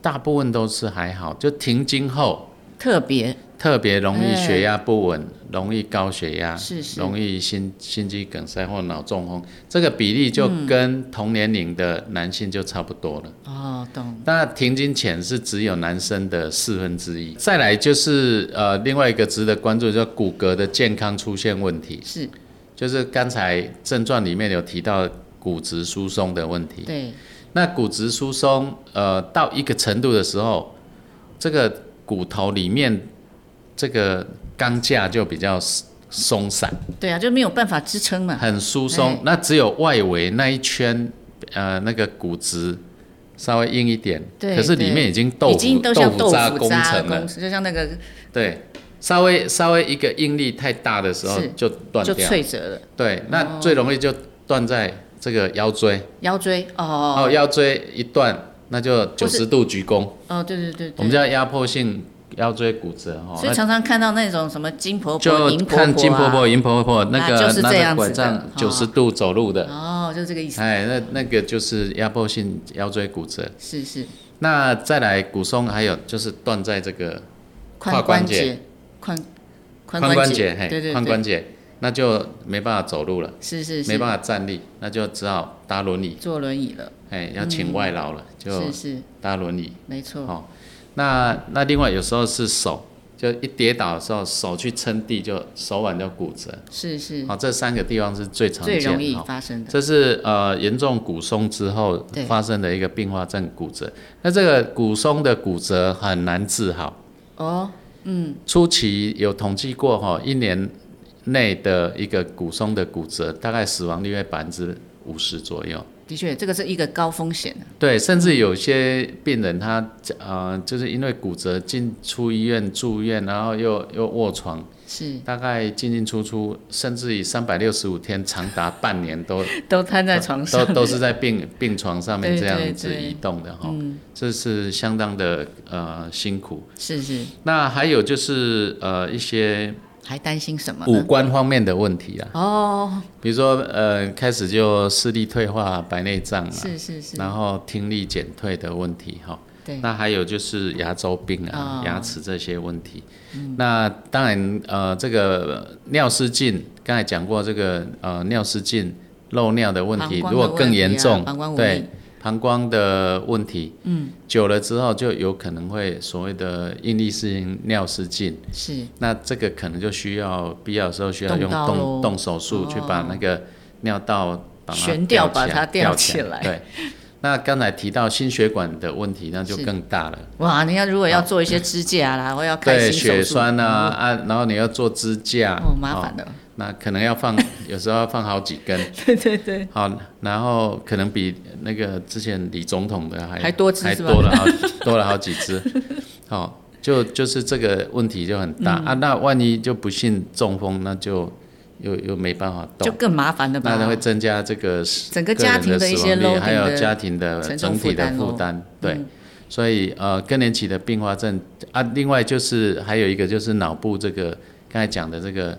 B: 大部分都是还好，就停经后
A: 特别
B: 特别容易
A: 哎
B: 血压不稳，容易高血压，
A: 是是
B: 容易心心肌梗塞或脑中风，这个比例就跟同年龄的男性就差不多了。
A: 哦，懂
B: 那停经前是只有男生的四分之一。再来就是呃，另外一个值得关注，就是骨骼的健康出现问题，
A: 是，
B: 就是刚才症状里面有提到骨质疏松的问题。
A: 对，
B: 那骨质疏松，呃，到一个程度的时候，这个骨头里面这个钢架就比较松松散，
A: 对啊，就没有办法支撑嘛。
B: 很疏松
A: 哎。
B: 那只有外围那一圈，呃，那个骨质稍微硬一点，
A: 对
B: 可是里面已经豆
A: 已经
B: 腐
A: 都像
B: 腐
A: 豆
B: 渣
A: 腐
B: 工
A: 渣
B: 程
A: 工
B: 了，
A: 程，就像那个
B: 对。稍微稍微一个应力太大的时候
A: 是
B: 就断
A: 就
B: 掉，
A: 脆哦折了，
B: 对，那最容易就断在这个腰椎，
A: 腰椎哦
B: 哦，腰椎一断，那就九
A: 或是
B: 十度鞠躬，
A: 哦，对对对
B: 我们
A: 对，
B: 叫压迫性腰椎骨折哈。
A: 所以
B: 哦那
A: 常常看到那种什么金婆婆、银婆
B: 就
A: 婆、啊、
B: 看金婆婆、银婆婆那
A: 啊就
B: 个
A: 是
B: 拿
A: 这样
B: 着
A: 子的
B: 拐杖
A: 哦
B: 九十度走路的，
A: 哦，就这个意思，
B: 哎，那那个就是压迫性腰椎骨折。
A: 是是，
B: 那再来骨松，还有就是断在这个
A: 髋
B: 胯
A: 关
B: 关
A: 节
B: 节、
A: 髋髋
B: 髋关
A: 节
B: 节，，嘿
A: 对对，
B: 髋
A: 对
B: 关节，那就没办法走路了，
A: 是是是，
B: 没办法站立，那就只好搭轮椅，
A: 坐轮椅了，
B: 哎，要请外劳了，就是
A: 嗯是，
B: 搭轮椅。
A: 没错，
B: 哦，那那另外有时候是手，就一跌倒的时候，手去撑地就手腕就骨折。
A: 是是
B: 啊好、这三个地方是最
A: 嗯
B: 常
A: 最
B: 见
A: 容易
B: 的。哦
A: 发生的，
B: 这是呃严重骨松之后
A: 对
B: 发生的一个并发症骨折。那这个骨松的骨折很难治好，
A: 哦，
B: 初期有统计过哈、一年内的一个骨松的骨折，大概死亡率为百分之五十左右。
A: 的确，这个是一个高风险啊的，
B: 对，甚至有些病人他呃，就是因为骨折进出医院住院，然后又又卧床，
A: 是
B: 大概进进出出，甚至于三百六十五天，长达半年都
A: 都瘫在床上，
B: 都都是在病病床上面
A: 对
B: 这
A: 对
B: 样子
A: 对嗯
B: 移动的哈，这是相当的呃辛苦。
A: 是是，
B: 那还有就是呃一些
A: 还担心什么
B: 五
A: 呢？
B: 官方面的问题啊，
A: 嗯哦，
B: 比如说呃开始就视力退化、白内障啊，
A: 是是是，
B: 然后听力减退的问题哈。
A: 对，
B: 那还有就是牙周病啊、
A: 哦嗯
B: 牙齿这些问题。那当然，呃，这个呃尿失禁，刚才讲过这个呃尿失禁漏尿的问
A: 膀
B: 题，
A: 胱的
B: 如果更严重，
A: 问题啊膀胱无力
B: 对膀胱的问题，嗯，久了之后就有可能会所谓的应力性尿失禁。
A: 是
B: 那这个可能就需要必要的时候需要用
A: 动刀
B: 动
A: 咯
B: 动手术
A: 哦
B: 去把那个尿道把它
A: 悬吊
B: 吊起来
A: 把它吊
B: 吊
A: 起来
B: 对，那刚才提到心血管的问题，那就是更大了。
A: 哇，你要如果要做一些支架啦，或要开
B: 啊对，
A: 心手
B: 血
A: 术嗯
B: 栓啊，啊，然后你要做支架，
A: 哦，麻烦
B: 哦
A: 的，
B: 那可能要放，有时候要放好几根，
A: 对对对，
B: 好，然后可能比那个之前李总统的还
A: 还多支
B: 还
A: 是吧
B: 多了好 多了好几支，好、就就是这个问题就很大、
A: 嗯
B: 啊。那万一就不幸中风，那就又又没办法
A: 就
B: 动，
A: 更麻烦的吧
B: 那，它会增加这个死
A: 整个家庭
B: 人
A: 的
B: 的
A: 一
B: 死
A: 些
B: 亡率
A: loading
B: 还有
A: 的
B: 家庭的
A: 沉重
B: 整体的
A: 负担哦嗯
B: 负
A: 咯
B: 担，对。所以呃，更年期的并发症啊，另外就是还有一个就是脑部这个刚才讲的这个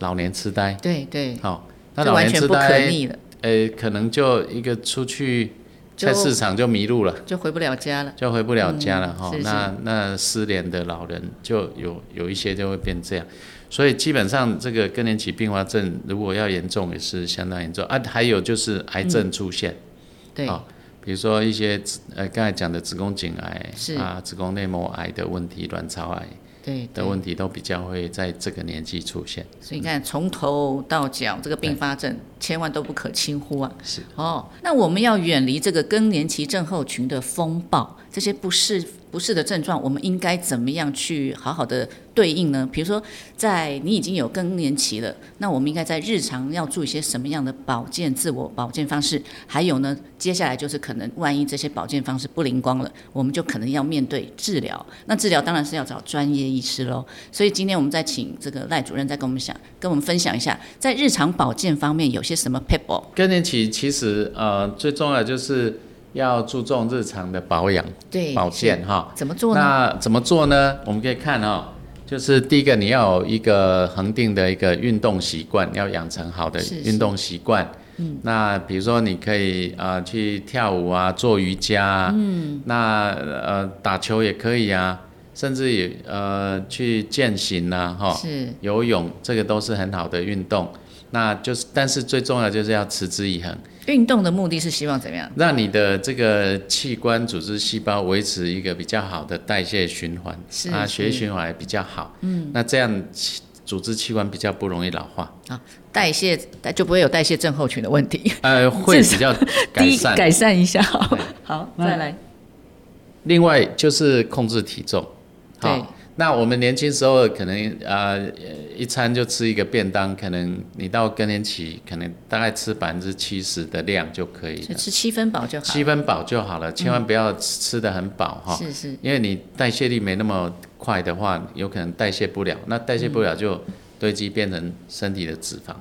B: 老年痴呆，
A: 对对，
B: 好、那
A: 这
B: 老
A: 完
B: 年
A: 全
B: 痴
A: 不可
B: 呆
A: 逆了，
B: 呃，可能就一个出去
A: 就
B: 菜市场就迷路了，
A: 就回不了家了。
B: 就回不了家了哈、
A: 嗯是是
B: 那那失联的老人就有有一些就会变这样，所以基本上这个更年期并发症如果要严重也是相当严重啊。还有就是癌症出现，
A: 嗯对，
B: 好比如说一些子呃刚才讲的子宫颈癌
A: 是
B: 啊、子宫内膜癌的问题、卵巢癌
A: 对对
B: 的，问题都比较会在这个年纪出现。
A: 所以你看，从头到脚这个并发症，千万都不可轻忽啊！
B: 是
A: 哦，那我们要远离这个更年期症候群的风暴，这些不适不适的症状，我们应该怎么样去好好的对应呢？比如说，在你已经有更年期了，那我们应该在日常要做一些什么样的保健、自我保健方式？还有呢，接下来就是可能万一这些保健方式不灵光了，我们就可能要面对治疗。那治疗当然是要找专业医师喽。所以今天我们再请这个赖主任再跟我们想跟我们分享一下，在日常保健方面有些什么 people
B: 更年期其实呃最重要的就是要注重日常的保养
A: 对
B: 保健哈。
A: 怎么做呢？
B: 那怎么做呢？我们可以看哦，就是第一个，你要有一个恒定的一个运动习惯，要养成好的
A: 是是
B: 运动习惯。嗯，那比如说你可以呃去跳舞啊，做瑜伽啊，嗯，那呃打球也可以啊，甚至也呃去健行啊，哈、
A: 是
B: 游泳这个都是很好的运动。那就是，但是最重要的就是要持之以恒，
A: 运动的目的是希望怎么样？
B: 让你的这个器官组织细胞维持一个比较好的代谢循环。
A: 是
B: 啊，血液
A: 是
B: 循环也比较好。嗯，那这样器组织器官比较不容易老化，
A: 代谢代就不会有代谢症候群的问题，
B: 呃，会
A: 至少
B: 比较改
A: 第一
B: 善。
A: 改善一下。
B: 对
A: 好，
B: 那
A: 再来，
B: 另外就是控制体重。
A: 对
B: 好，那我们年轻时候可能呃一餐就吃一个便当，可能你到更年期可能大概吃百分之七十的量就可以
A: 就
B: 了，
A: 吃七分饱就好。
B: 七分饱就好了，千万不要吃吃的很饱哈。
A: 是是，
B: 因为你代谢力没那么快的话，有可能代谢不了，那代谢不了就堆积变成身体的脂肪，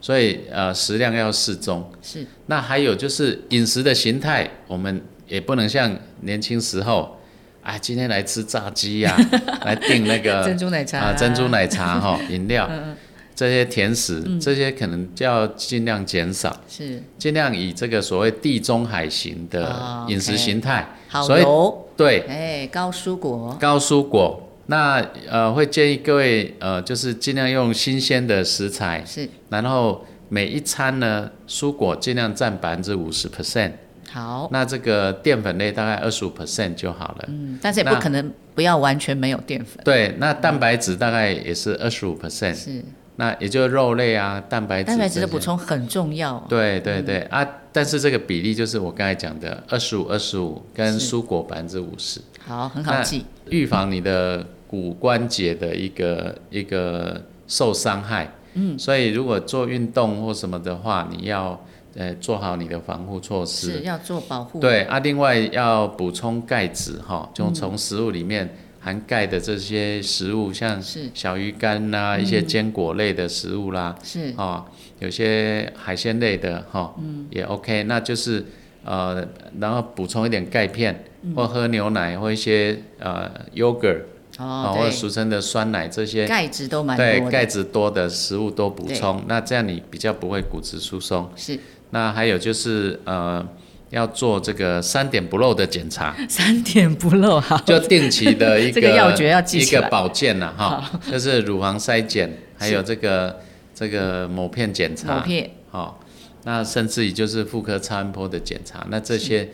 B: 所以呃食量要适中。
A: 是
B: 那还有就是饮食的形态，我们也不能像年轻时候，啊今天来吃炸鸡 呀、来订那个
A: 珍珠奶茶
B: 啊珍珠奶 茶哈、饮料
A: 嗯
B: 这些甜食，这些可能就要尽量减少，
A: 是
B: 尽量以这个所谓地中海型
A: 哦
B: 的饮食
A: ，OK
B: 形态，
A: 好
B: 所以
A: 油，
B: 对。
A: 哎，高蔬果
B: 高蔬果。那呃，会建议各位呃，就是尽量用新鲜的食材，
A: 是
B: 然后每一餐呢，蔬果尽量占百分之五十 percent，
A: 好，
B: 那这个淀粉类大概二十五 percent 就好了。
A: 嗯，但是也不
B: 那
A: 可能不要完全没有淀粉，
B: 对，那蛋白质大概也是二十五 percent，
A: 是
B: 那也就是肉类啊，蛋白质，
A: 蛋白质的补。充很重要哦。
B: 对对对、啊，但是这个比例就是我刚才讲的二十五二十五，跟
A: 是
B: 蔬果百分之五十。
A: 好，很好
B: 那
A: 记，
B: 预防你的骨关节的一个一个受伤害。嗯，所以如果做运动或什么的话，你要呃做好你的防护措
A: 是
B: 施。
A: 要做保护。
B: 对啊，另外要补充钙质
A: 嗯
B: 哈，就从食物里面含钙的这些食物，像
A: 是嗯
B: 小鱼干啦、一些坚果类的食物啦，
A: 是
B: 哦，有些海鲜类的哈，嗯，也 OK，那就是呃，然后补充一点钙片，
A: 嗯
B: 或喝牛奶或一些呃 yogurt 啊、
A: 哦，
B: 或者
A: 对，
B: 俗称的酸奶这些，
A: 钙质都蛮
B: 对
A: 多
B: 钙
A: 的，
B: 质多的食物多补充，那这样你比较不会骨质疏松。
A: 是
B: 那还有就是呃，要做这个三点不漏的检查，
A: 三点不漏，啊好，
B: 就定期 的一
A: 哦这个要诀要记
B: 一
A: 起来
B: 个保健呐、哈，就是乳房筛检，还有这个这个抹片检查，
A: 某片
B: 好、那甚至于就是妇科超音波的检查，那这些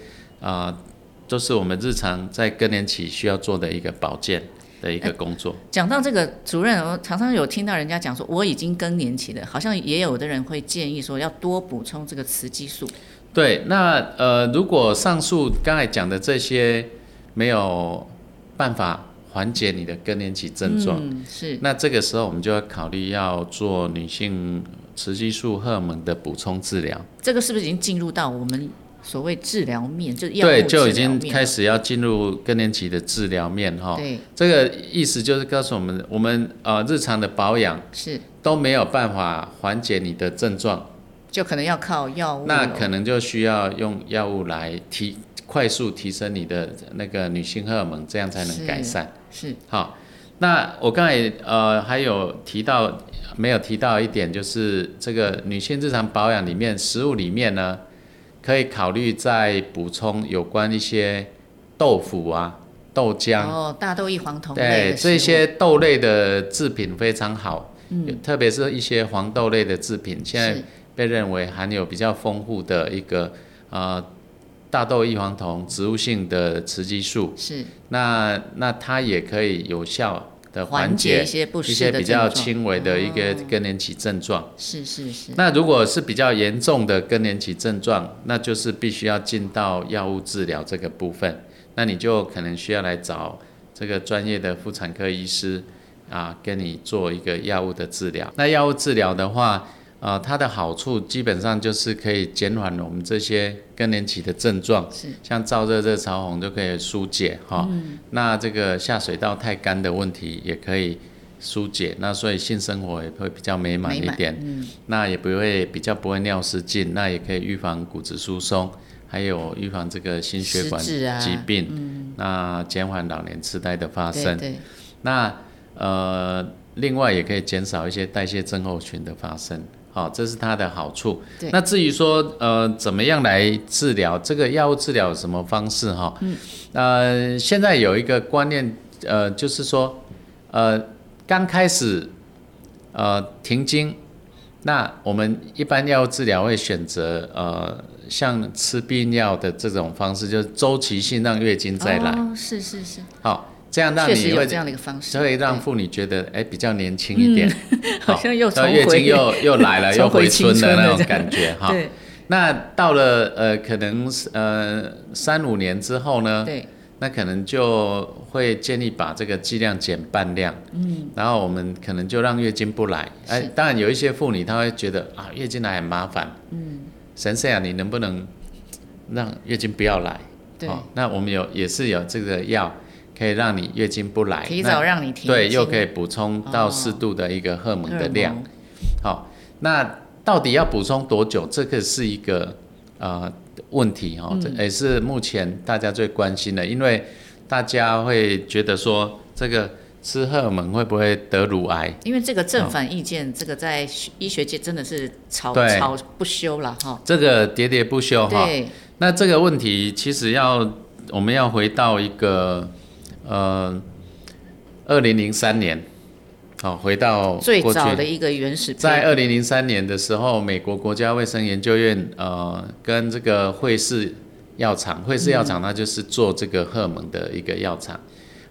B: 啊、呃都是我们日常在更年期需要做的一个保健的一个工作。
A: 讲到这个主任，我常常有听到人家讲说我已经更年期了，好像也有的人会建议说要多补充这个雌激素。
B: 对，那呃，如果上述刚才讲的这些没有办法缓解你的更年期症状，
A: 嗯，是
B: 那这个时候我们就要考虑要做女性雌激素荷尔蒙的补充治疗。
A: 这个是不是已经进入到我们所谓治疗面，就是药物
B: 对，就已
A: 治疗
B: 经
A: 面
B: 开始要进入更年期的治疗面哈。
A: 对，
B: 这个意思就是告诉我们，我们呃日常的保养
A: 是
B: 都没有办法缓解你的症状，
A: 就可能要靠药物
B: 那
A: 了
B: 可能就需要用药物来提快速提升你的那个女性荷尔蒙，这样才
A: 是
B: 能改善。
A: 是
B: 好，那我刚才呃还有提到没有提到一点，就是这个女性日常保养里面食物里面呢，可以考虑再补充有关一些豆腐啊、豆浆。
A: 哦，大豆异黄酮类
B: 对
A: 的食
B: 这
A: 物
B: 些豆类的制品非常好，嗯，特别是一些黄豆类的制品，现在
A: 是
B: 被认为含有比较丰富的一个呃大豆异黄酮植物性的雌激素，
A: 是
B: 那那它也可以有效的
A: 缓
B: 缓
A: 解
B: 解
A: 一些不
B: 一
A: 适
B: 些
A: 的
B: 比较
A: 症状
B: 轻微的一个
A: 哦
B: 更年期症状。
A: 是是是
B: 那如果是比较严重的更年期症状，那就是必须要进到药物治疗这个部分。那你就可能需要来找这个专业的妇产科医师啊，跟你做一个药物的治疗。那药物治疗的话，呃，它的好处基本上就是可以减缓我们这些更年期的症状，
A: 是
B: 像燥热、热潮红就可以疏解哈、
A: 嗯
B: 那这个下水道太干的问题也可以疏解，那所以性生活也会比较美满一点。
A: 嗯，
B: 那也不会比较不会尿失禁，那也可以预防骨质疏松，还有预防这个心血管
A: 失智啊
B: 疾病，那减缓老年痴呆的发
A: 对
B: 生。
A: 对，
B: 那呃，另外也可以减少一些代谢症候群的发生。好、这是它的好处
A: 对。
B: 那至于说呃怎么样来治疗这个药物治疗有什么方式哈、嗯。呃，现在有一个观念，呃，就是说，呃，刚开始呃停经，那我们一般药物治疗会选择呃像吃避孕药的这种方式，就是周期性让月经再来。
A: 哦，是是是，
B: 好、这样让
A: 确实
B: 你
A: 有
B: 会
A: 这样的一个方式，
B: 所以让
A: 对嗯
B: 妇女觉得哎比较年轻一点，
A: 好像又重
B: 到月
A: 回
B: 经又又来了，又
A: 重回
B: 回
A: 青
B: 春
A: 春
B: 的
A: 了这
B: 那种
A: 样
B: 感觉哈。
A: 对
B: 那到了呃可能是呃三五年之后呢，
A: 对
B: 那可能就会建议把这个剂量减半量，嗯，然后我们可能就让月经不来。哎，
A: 是
B: 当然有一些妇女她会觉得啊月经来很麻烦，嗯，神社啊你能不能让月经不要来？
A: 对，
B: 哦，那我们有也是有这个药可以让你月经不来，
A: 提
B: 哎那
A: 早让你停经，
B: 对，又可以补充到适度的一个荷尔蒙的量。好、那到底要补充多久？这个是一个呃问题
A: 嗯
B: 哦，这也是目前大家最关心的，因为大家会觉得说这个吃荷尔蒙会不会得乳癌？
A: 因为这个正反意见，这个在学医学界真的是吵
B: 对
A: 吵不休了哈。
B: 这个喋喋不休哈、
A: 对，
B: 那这个问题其实要我们要回到一个呃二零零三年，好、回到
A: 最
B: 过去
A: 早的一个原始
B: 在
A: 片
B: 二零零三年的时候，美国国家卫生研究院呃跟这个惠氏药厂，惠氏药厂它就是做这个荷尔蒙的一个药厂、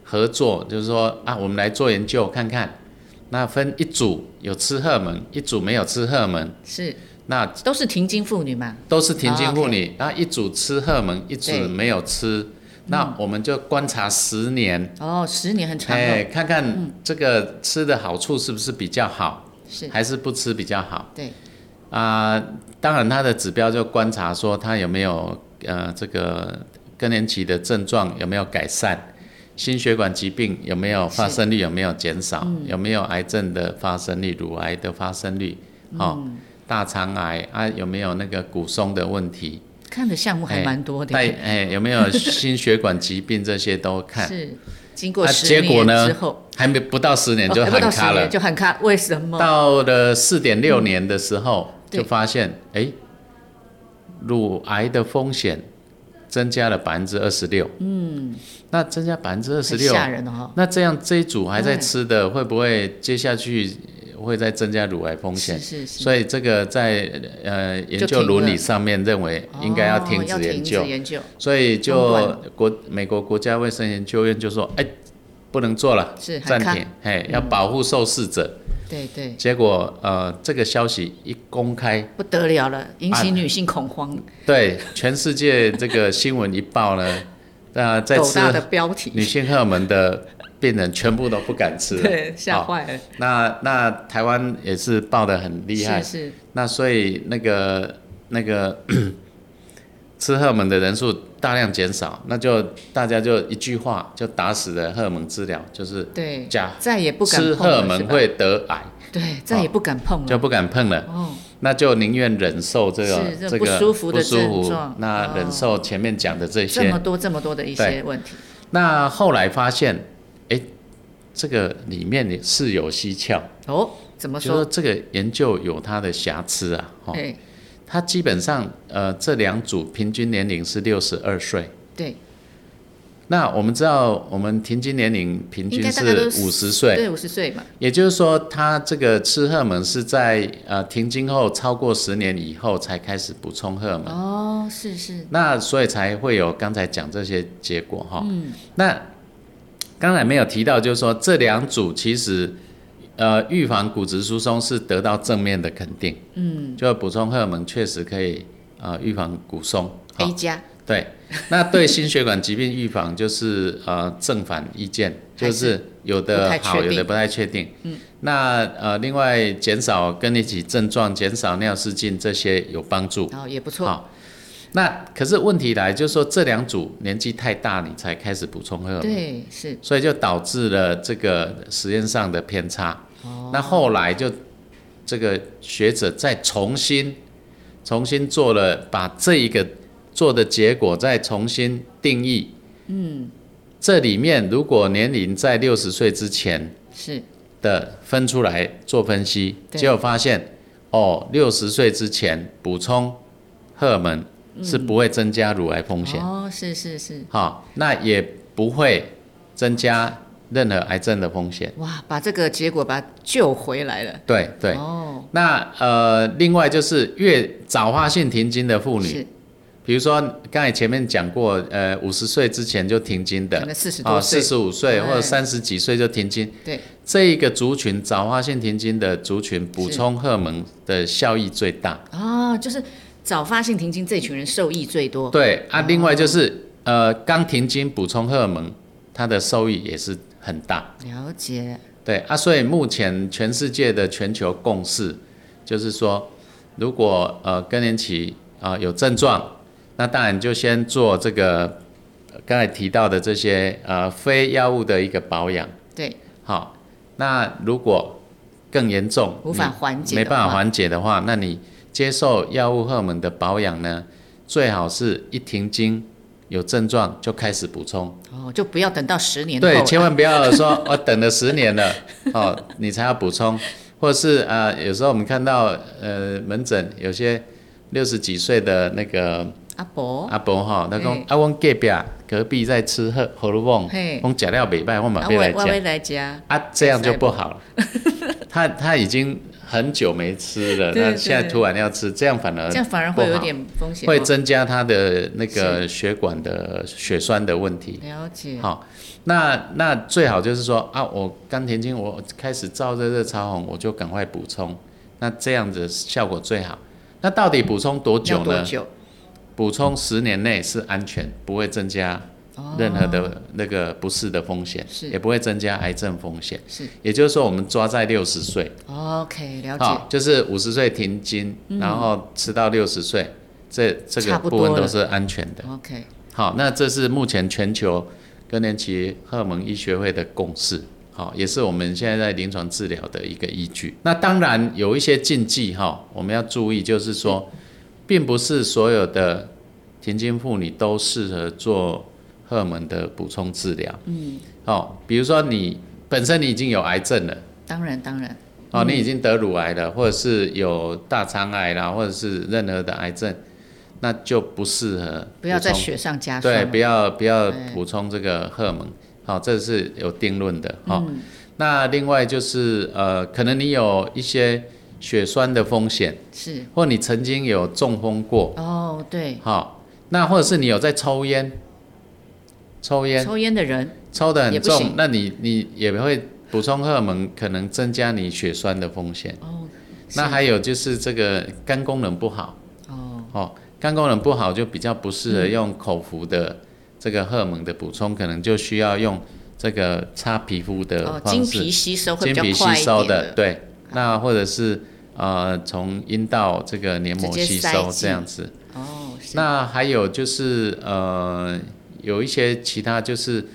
B: 合作，就是说啊，我们来做研究看看，那分一组有吃荷尔蒙，一组没有吃荷尔蒙，
A: 是
B: 那
A: 都是停经妇女嘛，
B: 都是停
A: 哦
B: 经
A: ，OK
B: 妇女，那、一组吃荷尔蒙，一组
A: 对
B: 没有吃，那我们就观察十年，
A: 哦，十年很长了，
B: 哎、看
A: 嗯
B: 看这个吃的好处是不是比较好，
A: 是
B: 还是不吃比较好。
A: 对，
B: 啊、当然它的指标就观察说它有没有呃这个更年期的症状有没有改善，心血管疾病有没有发生率有没有减少，
A: 嗯
B: 有没有癌症的发生率、乳癌的发生率，
A: 嗯
B: 哦，大肠癌啊有没有那个骨松的问题，
A: 看的项目还蛮多的
B: 哎，哎有没有心血管疾病这些都看，
A: 是经过
B: 啊
A: 十
B: 结果
A: 年
B: 呢
A: 之后，
B: 还没不到十年就
A: 哦还不
B: 喊
A: 到十
B: 卡了
A: 年，就喊卡，为什么？
B: 到了四点六年的时候，
A: 哦嗯对
B: 就发现哎、诶乳癌的风险增加了百分之二十六。嗯，那增加百分之二十
A: 很
B: 六，
A: 吓人的哈，
B: 那这样这一组还在
A: 对
B: 吃的，会不会接下去会再增加乳癌风
A: 是
B: 险？
A: 是是，
B: 所以这个在呃研
A: 就
B: 究
A: 停
B: 伦理
A: 了
B: 上面认为应该要
A: 哦
B: 停止研究，
A: 止研究
B: 所以
A: 中断
B: 就国美国国家卫生研究院就说，哎、不能做了，
A: 是
B: 暂
A: 喊
B: 停，哎，要保护受试者。
A: 对对，
B: 结果呃，这个消息一公开，
A: 不得了了，引
B: 啊
A: 起女性恐慌，
B: 对全世界这个新闻一报呢， 那、在
A: 斗
B: 吃
A: 大的标
B: 女
A: 题，
B: 性荷尔蒙的病人全部都不敢吃了。
A: 对，吓
B: 好
A: 坏了，
B: 那那台湾也是报的很厉害，
A: 是是，
B: 那所以那个那个 吃荷尔蒙的人数大量减少，那就大家就一句话就打死了荷尔蒙治疗，就是
A: 对
B: 假，
A: 再也不敢碰
B: 吃
A: 了
B: 荷尔蒙，
A: 是吧
B: 会得癌，
A: 对，再也不敢碰
B: 就
A: 了，
B: 不敢碰了。
A: 哦，
B: 那就宁愿忍受这个
A: 是这
B: 这
A: 不
B: 个
A: 舒服的
B: 不舒
A: 症
B: 服
A: 状哦
B: 那忍受前面讲的这
A: 这
B: 些。
A: 么多这么多的一些
B: 对
A: 问题，
B: 那后来发现，哎、这个里面也是有蹊跷，
A: 哦，怎么
B: 就说
A: 说？
B: 这个研究有它的瑕疵啊。哦，
A: 哎，
B: 它基本上呃这两组平均年龄是六十二岁。
A: 对
B: 那我们知道，我们平均年龄平
A: 应
B: 均
A: 该大概都是
B: 五十岁，
A: 对，五十岁嘛，
B: 也就是说，它这个吃荷尔蒙是在呃停经后超过十年以后才开始补充荷尔蒙。
A: 哦，是是，
B: 那所以才会有刚才讲这些结果哈。嗯，那刚才没有提到，就是说这两组其实呃预防骨质疏松是得到正面的肯定。嗯，就补充荷尔蒙确实可以呃预防骨松。
A: A 加，
B: 对，那对心血管疾病预防就是呃正反意见，就
A: 还
B: 是有
A: 不
B: 的
A: 太确
B: 好，有的
A: 定
B: 不太确定。嗯，那呃另外减少跟一起症状，减少尿失禁这些有帮助。
A: 然后哦也不错，
B: 好，那可是问题来，就是说这两组年纪太大，你才开始补充荷尔蒙，
A: 对，是
B: 所以就导致了这个实验上的偏差。
A: 哦
B: 那后来就这个学者再重新重新做了，把这一个做的结果再重新定义。嗯，这里面如果年龄在六十岁之前，
A: 是
B: 的分出来做分析，
A: 对
B: 结果发现，哦，六十岁之前补充荷尔蒙是不会增加乳癌风险，
A: 嗯哦，是是是，
B: 好、那也不会增加任何癌症的风险。
A: 哇，把这个结果把它救回来了，
B: 对对，
A: 哦，
B: 那呃，另外就是越早发性停经的妇女，
A: 是
B: 比如说刚才前面讲过，呃，五十岁之前就停经
A: 可
B: 的，
A: 能四十
B: 哦，
A: 多岁
B: 四，十五岁或者
A: 哎
B: 三十几岁就停经，
A: 对，
B: 这一个族群早发性停经的族群补
A: 是
B: 充荷尔蒙的效益最大。
A: 哦，就是早发性停经这群人受益最多，
B: 对啊，另外就是呃，刚停经补充荷尔蒙，它的收益也是很大。
A: 了解，
B: 对啊，所以目前全世界的全球共识就是说，如果呃更年期啊、呃有症状，那当然就先做这个呃刚才提到的这些呃非药物的一个保养。
A: 对，
B: 好，那如果更严重，
A: 无法缓解
B: 嗯没
A: 的
B: 办法
A: 话
B: 缓解的话，那你接受药物荷尔蒙的保养呢，最好是一停经有症状就开始补充。
A: 哦，就不要等到十年后了，
B: 对，千万不要说我、等了十年了 哦，你才要补充，或是呃，有时候我们看到呃门诊有些六十几岁的那个
A: 阿伯，
B: 阿伯哈，他讲
A: 哦嘿
B: 阿翁隔壁啊隔壁在吃荷荷尔蒙
A: 嘿，
B: 我假料北拜，我马
A: 啊，
B: 贝来
A: 我我
B: 讲。
A: 会来家，
B: 啊，这样就不好 了。他他已经很久没吃了，
A: 对
B: 那
A: 对
B: 现在突然要吃，这样反而
A: 这样反而
B: 呃不
A: 会有
B: 好
A: 点风险，
B: 会
A: 哦
B: 增加他的那个血管的血栓的问题。
A: 了解，
B: 好，那那最好就是说啊，我刚停经，我开始燥热热潮红，我就赶快补充，那这样子效果最好。那到底补充多
A: 要
B: 久
A: 多
B: 呢？
A: 久？
B: 补充十年内是安全，不会增加
A: 哦
B: 任何的那个不适的风险，
A: 是
B: 也不会增加癌症风险。
A: 是哦
B: 也就是说，我们抓在六十岁，
A: ，OK，了
B: 好，
A: 解，嗯
B: 就是五十岁停经，然后吃到六十岁，这这个
A: 差不
B: 部
A: 多
B: 分都
A: 了
B: 是安全的。
A: ，OK，
B: 好，那这是目前全球更年期荷尔蒙医学会的共识，好，也是我们现在在临床治疗的一个依据。那当然有一些禁忌哈，我们要注意，就是说，并不是所有的停经妇女都适合做荷尔蒙的补充治疗。嗯，哦，比如说你本身你已经有癌症了。
A: 当然当然，
B: 哦，你已经得乳癌了，或者是有大肠癌啦，或者是任何的癌症，那就不适合
A: 不要
B: 补
A: 在
B: 充
A: 雪上加霜
B: 对，
A: 了，哎
B: 不要不要
A: 对
B: 补充这个荷尔蒙，好、这是有定论的哈、
A: 嗯
B: 那另外就是呃，可能你有一些血栓的风险，
A: 是，
B: 或你曾经有中风过，
A: 哦，对，
B: 好、那或者是你有在抽烟，抽烟
A: 抽烟的人
B: 抽的
A: 也
B: 很
A: 不行
B: 重，那你你也会补充荷尔蒙，可能增加你血栓的风险。
A: 哦，
B: 那
A: 是
B: 还有就是这个肝功能不好
A: 哦，嗯
B: 哦，肝功能不好就比较不适合用口服的这个荷尔蒙的补充，可能就需要用这个擦皮肤的
A: 哦，
B: 方
A: 经
B: 式，
A: 皮吸收会比较
B: 经皮
A: 快
B: 吸
A: 一
B: 收
A: 点
B: 的，，对。那或者是呃从阴道这个黏膜
A: 直接
B: 吸
A: 塞
B: 收
A: 进
B: 这样子。
A: 哦，是
B: 那还有就是呃有一些其他就是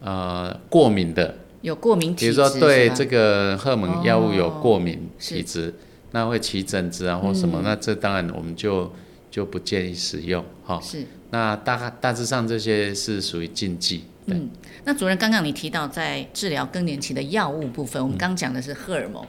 B: 呃过敏的，
A: 有过敏
B: 比
A: 体
B: 如
A: 质，
B: 说对
A: 是吧哦
B: 这个荷尔蒙药物有过敏
A: 是嗯
B: 体质，那会起疹子啊或什么，那这当然我们就就不建议使用哈、
A: 是。
B: 那大大致上这些是属于禁忌。对，
A: 嗯，那主任，刚刚你提到在治疗更年期的药物部分，我们刚讲的是荷尔蒙。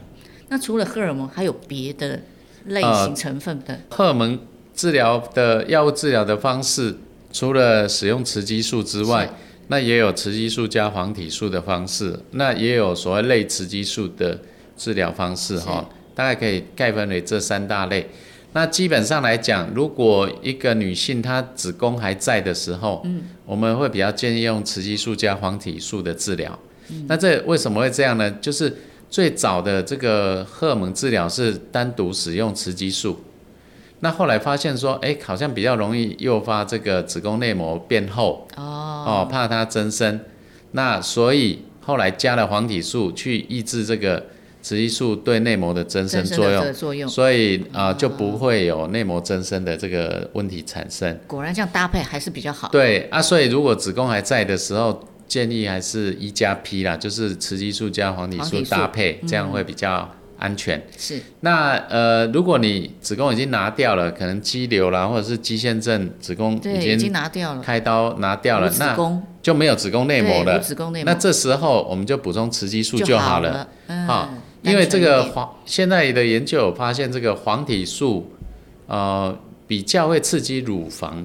A: 那除了荷尔蒙，还有别的类型成分的？
B: 荷尔嗯蒙治疗的药物治疗的方式，除了使用雌激素之外，那也有雌激素加黄体素的方式，那也有所谓类雌激素的治疗方式
A: 是
B: 哈，大概可以概分为这三大类。那基本上来讲，如果一个女性她子宫还在的时候，嗯，我们会比较建议用雌激素加黄体素的治疗。那这为什么会这样呢？就是最早的这个荷尔蒙治疗是单独使用雌激素，那后来发现说，哎，好像比较容易诱发这个子宫内膜变厚
A: 哦，
B: 哦，怕它增生。那所以后来加了黄体素去抑制这个雌激素对内膜的增生
A: 增生
B: 呃作
A: 的
B: 用
A: 这，个作用，哦
B: 所以啊、呃就不会有内膜增生的这个问题产生。
A: 果然这样搭配还是比较好。
B: 对啊，所以如果子宫还在的时候，建议还是一加 P 啦，就是雌激素加黄体
A: 黄
B: 素
A: 体素嗯
B: 搭配，这样会比较安全。
A: 是
B: 那呃，如果你子宫已经拿掉了，可能肌瘤啦，或者是肌腺症，子宫
A: 对，
B: 已
A: 已
B: 经
A: 经拿掉了，
B: 开刀拿掉
A: 无
B: 了，
A: 子
B: 那
A: 宫
B: 就没有子宫内膜
A: 对无
B: 了。
A: 子宫内
B: 那
A: 膜
B: 这时候我们就补充雌激素就好
A: 好
B: 了，，
A: 嗯
B: 好因为
A: 单纯
B: 这
A: 一
B: 个
A: 点
B: 黄现在的研究有发现，这个黄体素呃比较会刺激乳房，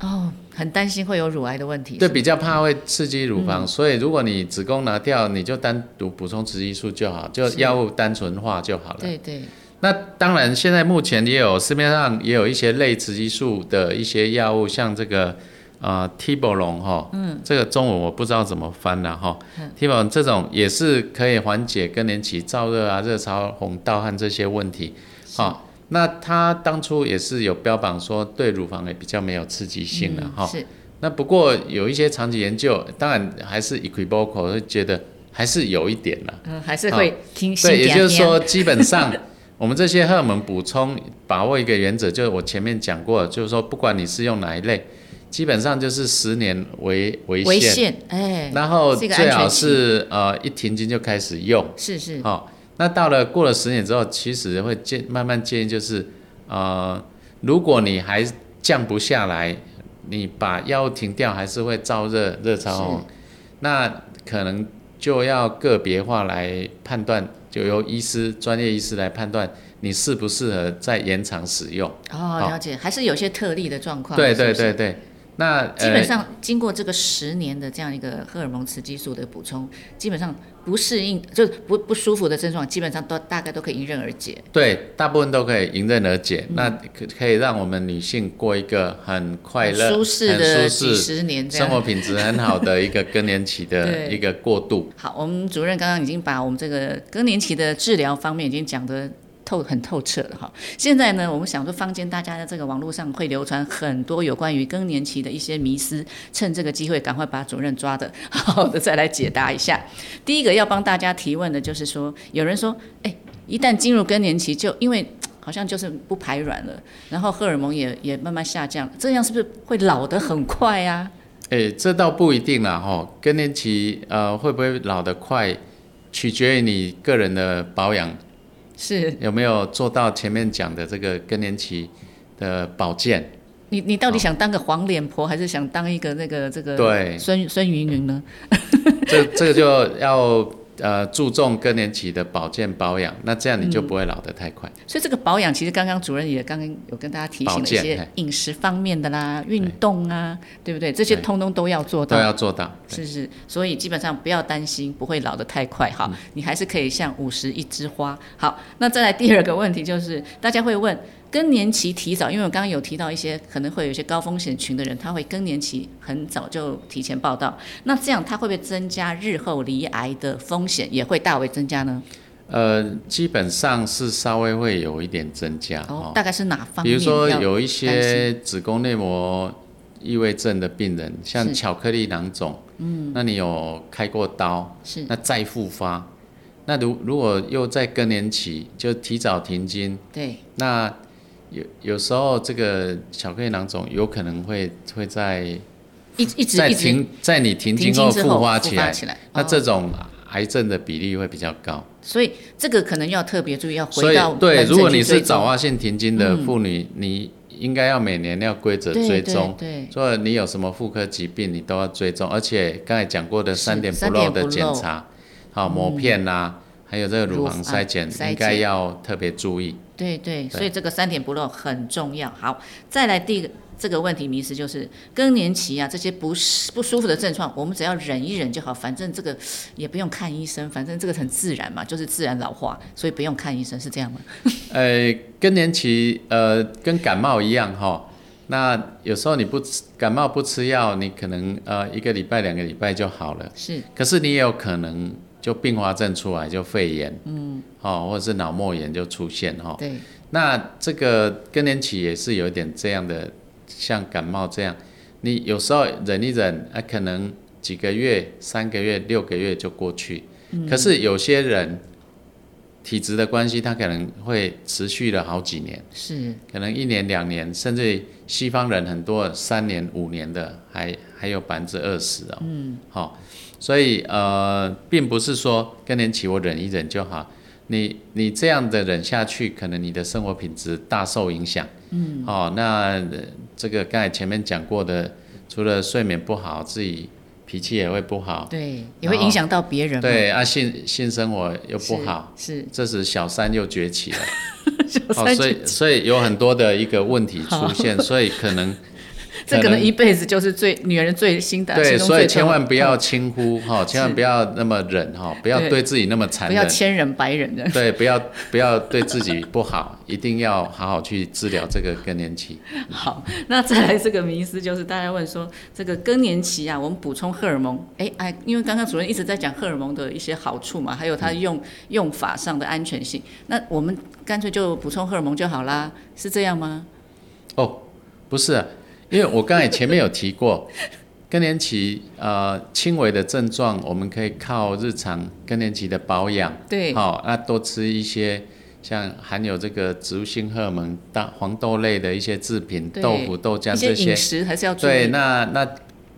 A: 哦，很担心会有乳癌的问题。
B: 对，
A: 是嗯
B: 比较怕会刺激乳房，所以如果你子宫拿掉，你就单独补充雌激素就好，就是药物单纯化就好
A: 吗
B: 了。
A: 对对，
B: 那当然，现在目前也有市面上也有一些类雌激素的一些药物，像这个呃 t i b o l o n 哈，嗯，这个中文我不知道怎么翻了哈、t
A: 嗯
B: i b o l o n 这种也是可以缓解更年期燥热啊、热潮红盗汗这些问题，哈、那它当初也是有标榜说对乳房也比较没有刺激性了
A: 嗯
B: 哈、
A: 是
B: 那不过有一些长期研究，当然还是 equivocal 会觉得还是有一点啦。
A: 嗯，还是会听心
B: 对，也
A: 点
B: 就是
A: 点
B: 说，基 本上我们这些荷尔蒙补充，把握一个原则，就是我前面讲过，就是说，不管你是用哪一类，基本上就是十年为为
A: 危
B: 限，
A: 险，哎，
B: 然后
A: 是一个
B: 最好
A: 安全期
B: 是呃一停经就开始用，
A: 是是
B: 好、那到了过了十年之后，其实会建慢慢建议就是，呃，如果你还降不下来，你把药物停掉，还是会燥热热潮红，那可能就要个别化来判断，就由医师专业医师来判断你适不适合再延长使用。
A: 哦，了解，还是有些特例的状况。
B: 对
A: 是
B: 对
A: 不是
B: 对对，那
A: 基本
B: 呃
A: 上经过这个十年的这样一个荷尔蒙雌激素的补充，基本上不适应就不不舒服的症状，基本上都大概都可以迎刃而解。
B: 对，大部分都可以迎刃而解，
A: 嗯
B: 那可可以让我们女性过一个很快乐、
A: 很舒适
B: 很
A: 的
B: 舒
A: 几
B: 适
A: 十年这
B: 生活
A: 样。
B: 品质很好的一个更年期的
A: 对
B: 一个过渡。
A: 好，我们主任刚刚已经把我们这个更年期的治疗方面已经讲得透很透彻了哈。现在呢，我们想说坊间大家在这个网络上会流传很多有关于更年期的一些迷思，趁这个机会赶快把主任抓的好好的再来解答一下。第一个要帮大家提问的就是说，有人说，哎，一旦进入更年期就，因为好像就是不排卵了，然后荷尔蒙也也慢慢下降，这样是不是会老得很快啊呀、
B: 诶，这倒不一定啦，哈，更年期呃会不会老得快，取决于你个人的保养
A: 是
B: 有没有做到前面讲的这个更年期的保健。
A: 你你到底想当个黄脸婆，还是想当一个那个这个
B: 对
A: 孙孙云云呢？
B: 这这个就要呃注重更年期的保健保养，那这样你就不会老得太快。
A: 所以这个保养，其实刚刚主任也刚刚有跟大家提醒了一
B: 保健
A: 些
B: 嘿
A: 饮食方面的啦、运动啊，对不对？这些通通都要做
B: 都
A: 到。
B: 要做到。
A: 是是，所以基本上不要担心不会老得太快
B: 嗯
A: 哈，你还是可以像五十一枝花。好，那再来第二个问题就是，大家会问更年期提早，因为我刚刚有提到一些可能会有一些高风险群的人，他会更年期很早就提前报道，那这样他会不会增加日后离癌的风险，也会大为增加呢？
B: 呃，基本上是稍微会有一点增加
A: 哦，大概是哪方面？
B: 啊比如说
A: 要
B: 有一些子宫内膜异位症的病人，像
A: 是
B: 巧克力囊肿，嗯，那你有开过刀，
A: 是
B: 那再复发，那如如果又在更年期就提早停经，
A: 对
B: 那有有时候这个巧克力囊肿有可能会会在
A: 一一直
B: 在
A: 一直
B: 停在你停
A: 停
B: 经
A: 经
B: 后
A: 之后
B: 复发
A: 起
B: 起来，
A: 来
B: 那
A: 哦
B: 这种癌症的比例会比较高。
A: 所以这个可能要特别注意，要
B: 所
A: 回
B: 以
A: 到
B: 对，
A: 门诊
B: 如果
A: 去
B: 你
A: 追踪
B: 是
A: 嗯
B: 早发性停经的妇女，你应该要每年要规则
A: 对
B: 追
A: 对
B: 踪。
A: 对
B: 所以你有什么妇科疾病，你都要追踪，而且刚才讲过的
A: 是
B: 三点不
A: 三点
B: 漏的
A: 不
B: 检
A: 漏
B: 查，好、膜片啦、还有这个乳
A: 乳
B: 房
A: 房
B: 筛检，
A: 筛
B: 应该
A: 检
B: 要特别注意。
A: 对对，
B: 对
A: 所以这个三点不漏很重要。好，再来第一个这个问题迷思就是更年期啊，这些不适不舒服的症状，我们只要忍一忍就好，反正这个也不用看医生，反正这个很自然嘛，就是自然老化，所以不用看医生，是这样吗？
B: 呃，更年期呃跟感冒一样哈、那有时候你不吃感冒不吃药，你可能呃一个礼拜两个礼拜就好了。
A: 是
B: 可是你也有可能就并发症出来，就肺炎，嗯，哦，或者是脑膜炎就出现哈、哦。
A: 对，
B: 那这个更年期也是有一点这样的，像感冒这样，你有时候忍一忍，啊，可能几个月、三个月、六个月就过去。可是有些人体质的关系，他可能会持续了好几年，
A: 是
B: 可能一年、两年，甚至西方人很多三年、五年的，还还有百分之二十哦。嗯，好、所以呃，并不是说更年期我忍一忍就好，你你这样的忍下去，可能你的生活品质大受影响。嗯，哦，那呃这个刚才前面讲过的，除了睡眠不好，自己脾气也会不好，
A: 对，也会影响到别人嘛，
B: 哦对啊，性性生活又
A: 是，
B: 不好，
A: 是
B: 这时小三又崛起了。
A: 小
B: 哦，
A: 三
B: 所
A: 姐，
B: 以所以有很多的一个问题出现，所以可 能
A: 这
B: 可
A: 可能
B: 能
A: 一辈子就是最女人最心的，
B: 对，
A: 心中
B: 所以
A: 最
B: 千
A: 痛
B: 万不要轻忽哈，千万不要那么忍哈，不要
A: 对
B: 对自己那么残
A: 不要
B: 忍，
A: 千人百人的。
B: 对，不要不要对自己不好， 一定要好好去治疗这个更年期。
A: 好，那再来这个迷思就是大家问说，这个更年期啊，我们补充荷尔蒙，哎哎，因为刚刚主任一直在讲荷尔蒙的一些好处嘛，还有
B: 嗯
A: 它用、用法上的安全性，那我们干脆就补充荷尔蒙就好啦，是这样吗？
B: 哦，不是啊、因为我刚才前面有提过， 更年期呃轻微的症状，我们可以靠日常更年期的保养，
A: 对，
B: 好、那多吃一些像含有这个植物性荷尔蒙、大黄豆类的一些制品，
A: 对
B: 豆腐、豆浆
A: 一些
B: 这些
A: 饮。食还是要注
B: 对，
A: 意。
B: 那那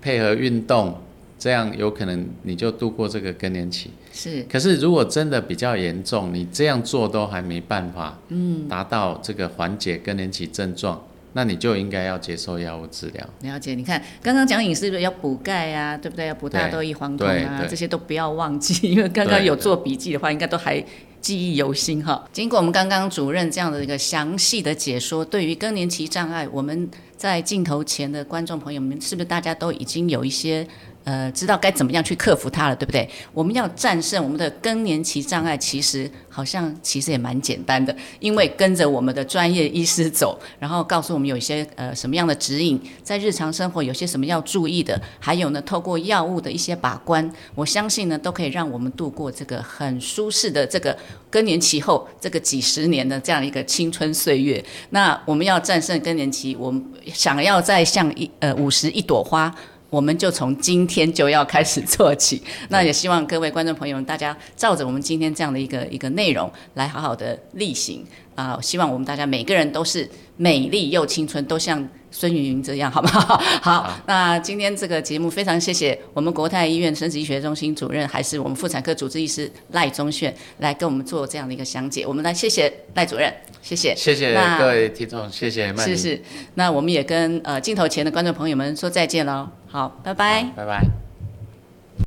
B: 配合运动，这样有可能你就度过这个更年期。
A: 是
B: 可是如果真的比较严重，你这样做都还没办法，嗯，达到这个缓解更年期症状，那你就应该要接受药物治疗。
A: 了解，你看刚刚讲饮食要补钙啊，对不对？要补大
B: 对
A: 豆异黄酮啊
B: 对，对
A: 这些都不要忘记，因为刚刚
B: 对
A: 有
B: 对
A: 做笔记的话，应该都还记忆犹新哈。经过我们刚刚主任这样的一个详细的解说，对于更年期障碍，我们在镜头前的观众朋友们，是不是大家都已经有一些呃知道该怎么样去克服它了，对不对？我们要战胜我们的更年期障碍，其实好像其实也蛮简单的，因为跟着我们的专业医师走，然后告诉我们有一些呃什么样的指引，在日常生活有些什么要注意的，还有呢，透过药物的一些把关，我相信呢，都可以让我们度过这个很舒适的这个更年期后这个几十年的这样一个青春岁月。那我们要战胜更年期，我们想要再像一呃五十一朵花。我们就从今天就要开始做 起，那也希望各位观众朋友们，大家照着我们今天这样的一个一个内容来好好的例行啊、希望我们大家每个人都是美丽又青春，都像孙云云这样，好不好？ 好，那今天这个节目非常谢谢我们国泰医院生殖医学中心主任，还是我们妇产科主治医师赖宗炫来跟我们做这样的一个详解。我们来谢谢赖主任，谢谢。
B: 谢谢
A: 那
B: 各位听众，谢谢曼
A: 是
B: 妮，
A: 是，那我们也跟呃镜头前的观众朋友们说再见喽。好，拜拜。
B: 拜拜。